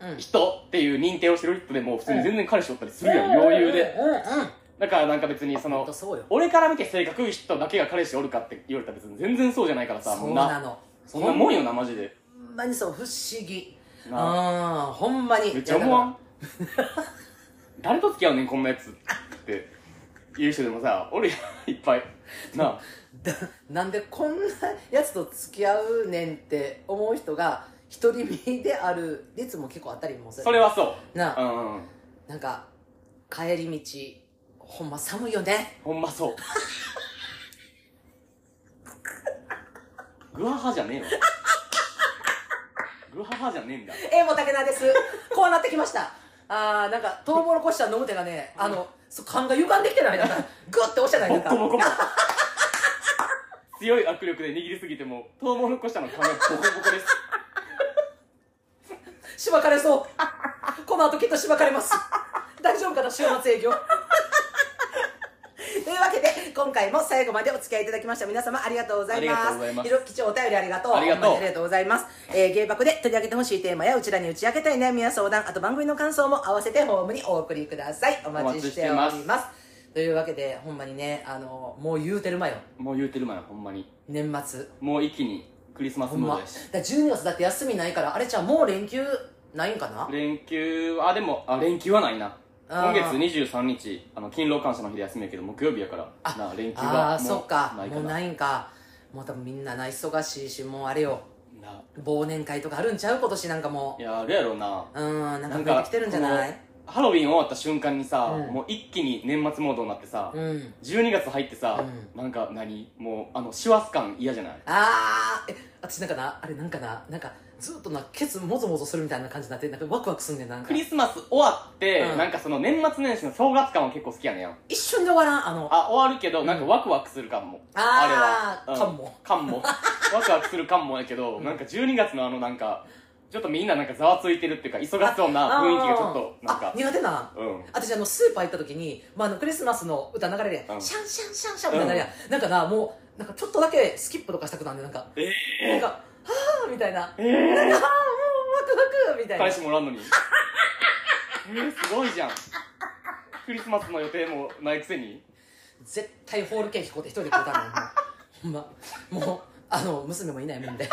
S2: うん
S1: 人っていう認定をしてる人でも普通に全然彼氏おったりするやん、
S2: うん
S1: 余裕で
S2: うんうん
S1: だからなんか別にそ
S2: ほん
S1: の
S2: とそうよ
S1: 俺から見て性格いい人だけが彼氏おるかって言われたら別に全然そうじゃないからさ
S2: そ
S1: み
S2: うんな
S1: な
S2: の
S1: そんなもんよなマジで
S2: ほんまにそう不思議うん
S1: な
S2: ほんまに
S1: めっちゃ思わん誰と付き合うねんこんなやつって言う人でもさ俺いっぱいなあ
S2: だ なんでこんなやつと付き合うねんって思う人が独り身である率も結構あったりもする
S1: それはそう
S2: な
S1: う
S2: あ
S1: んうん
S2: なんか帰り道ほんま寒いよね
S1: ほんまそう。グハハじゃねえよ。グハハじゃねえんだ。
S2: えもう竹 菜ですこうなってきましたあーなんかトウモロコシ茶飲む手がねあのそう勘が歪んできてないなんかグッて押したじ
S1: ボ
S2: ゃないで
S1: ッコボ
S2: す
S1: コ
S2: か
S1: も。強い握力で握りすぎても、トウモロコシの顔がボコボコです。
S2: しばかれそうこの後きっとしばかれます大丈夫かな週末 営業というわけで今回も最後までお付き合いいただきました皆様ありがとうございま
S1: ありが
S2: す
S1: とうございます
S2: ひろきちお便りありがとう
S1: ありがとう
S2: ほんまにありがとうございます、えー、芸爆で取り上げてほしいテーマやうちらに打ち明けたい悩みや相談あと番組の感想も合わせてホームにお送りくださいお待ちしております
S1: お待ちして
S2: というわけでほんまにねあのもう言うてるまよ
S1: もう言うてるまよ、ほんまに。
S2: 年末
S1: もう一気にクリスマス
S2: ほん
S1: ムー
S2: ま
S1: ド
S2: だ
S1: やし。
S2: から12月だって休みないからあれじゃあもう連休ないんかな
S1: 連休は、あ、でも、あ、連休はないな。今
S2: あー
S1: 月23日、あの、勤労感謝の日で休みやけど、木曜日やから、
S2: あ
S1: なあ、連休
S2: あ
S1: は
S2: あーそ
S1: も
S2: っ
S1: う
S2: か
S1: ない
S2: も
S1: か
S2: う
S1: ら。
S2: ないんかもう多分みんなな忙しいしもうあれよ
S1: な
S2: 忘年会とかあるんちゃう今年なんかも
S1: いや、あるやろうな。
S2: ううーん
S1: な
S2: なんか
S1: ん
S2: 増
S1: か
S2: えてきてるんじゃない
S1: ハロウィン終わった瞬間にさ、
S2: うん
S1: もう一気に年末モードになってさ、
S2: うん
S1: 12月入ってさ、
S2: う
S1: なんか何もうあの師走感嫌じゃない
S2: あーえ私なんかなあれなんかななんかずっとなケツもぞもぞするみたいな感じになってなんかワクワクすんねんなんか
S1: クリスマス終わって、
S2: うん
S1: なんかその年末年始の正月感は結構好きやねんよ
S2: 一瞬で終わらんあの
S1: あ終わるけど、
S2: うん
S1: なんかワクワクする感も
S2: あー
S1: あれは、
S2: 感も
S1: 感 もワクワクする感もやけど、
S2: うん
S1: なんか12月のあのなんかちょっとみんななんかざわついてるっていうか忙しそうな
S2: あー
S1: 雰囲気がちょっとなん
S2: あ
S1: か
S2: 苦手な
S1: うん
S2: 私あのスーパー行った時に、まあ、あのクリスマスの歌流れるやん、
S1: うん
S2: シャンシャンシャンシャンみたいなのやん、なんかなもうなんかちょっとだけスキップとかしたくなんでなんか、
S1: え
S2: なんかはあみたいな
S1: えー、
S2: ああもうワクワクみたいな
S1: 彼氏もおらんのにえー、すごいじゃんクリスマスの予定もないくせに
S2: 絶対ホールケーキこうって一人で食うたのにもうほんまもう あの娘もいないもんで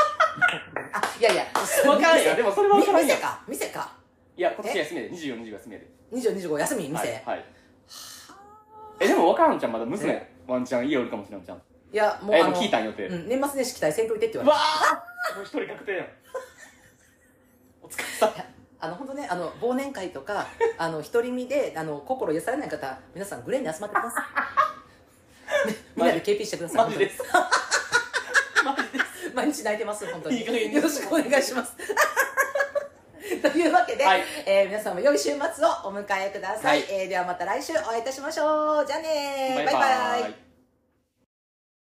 S2: あいやいや
S1: わかんないよ
S2: 店
S1: でもそれはわからん
S2: 店
S1: やん
S2: か店か
S1: いや今年休みやで24、25休みやで
S2: 2425休み店、
S1: はい
S2: い
S1: はいえでも分からんちゃんまだ娘ワンちゃん家おるかもしれんちゃん
S2: やもう
S1: え
S2: あ
S1: もう
S2: の
S1: 聞いたん予定
S2: うん、年末年始期待せんといてって言
S1: う
S2: われ
S1: わ
S2: て
S1: あもう一人確定やんお疲れさ
S2: いやあの本当ねあの忘年会とか あの独り身であの心癒されない方皆さんグレーに集まってくださ いねみんなで KP してください
S1: マジです
S2: 毎日泣いてます本当に
S1: いい加減に
S2: よろしくお願いします というわけで、
S1: はい
S2: えー皆さんも良い週末をお迎えください、
S1: はい
S2: えーではまた来週お会いいたしましょうじゃあねー
S1: バイ
S2: バイバイ
S1: バーイ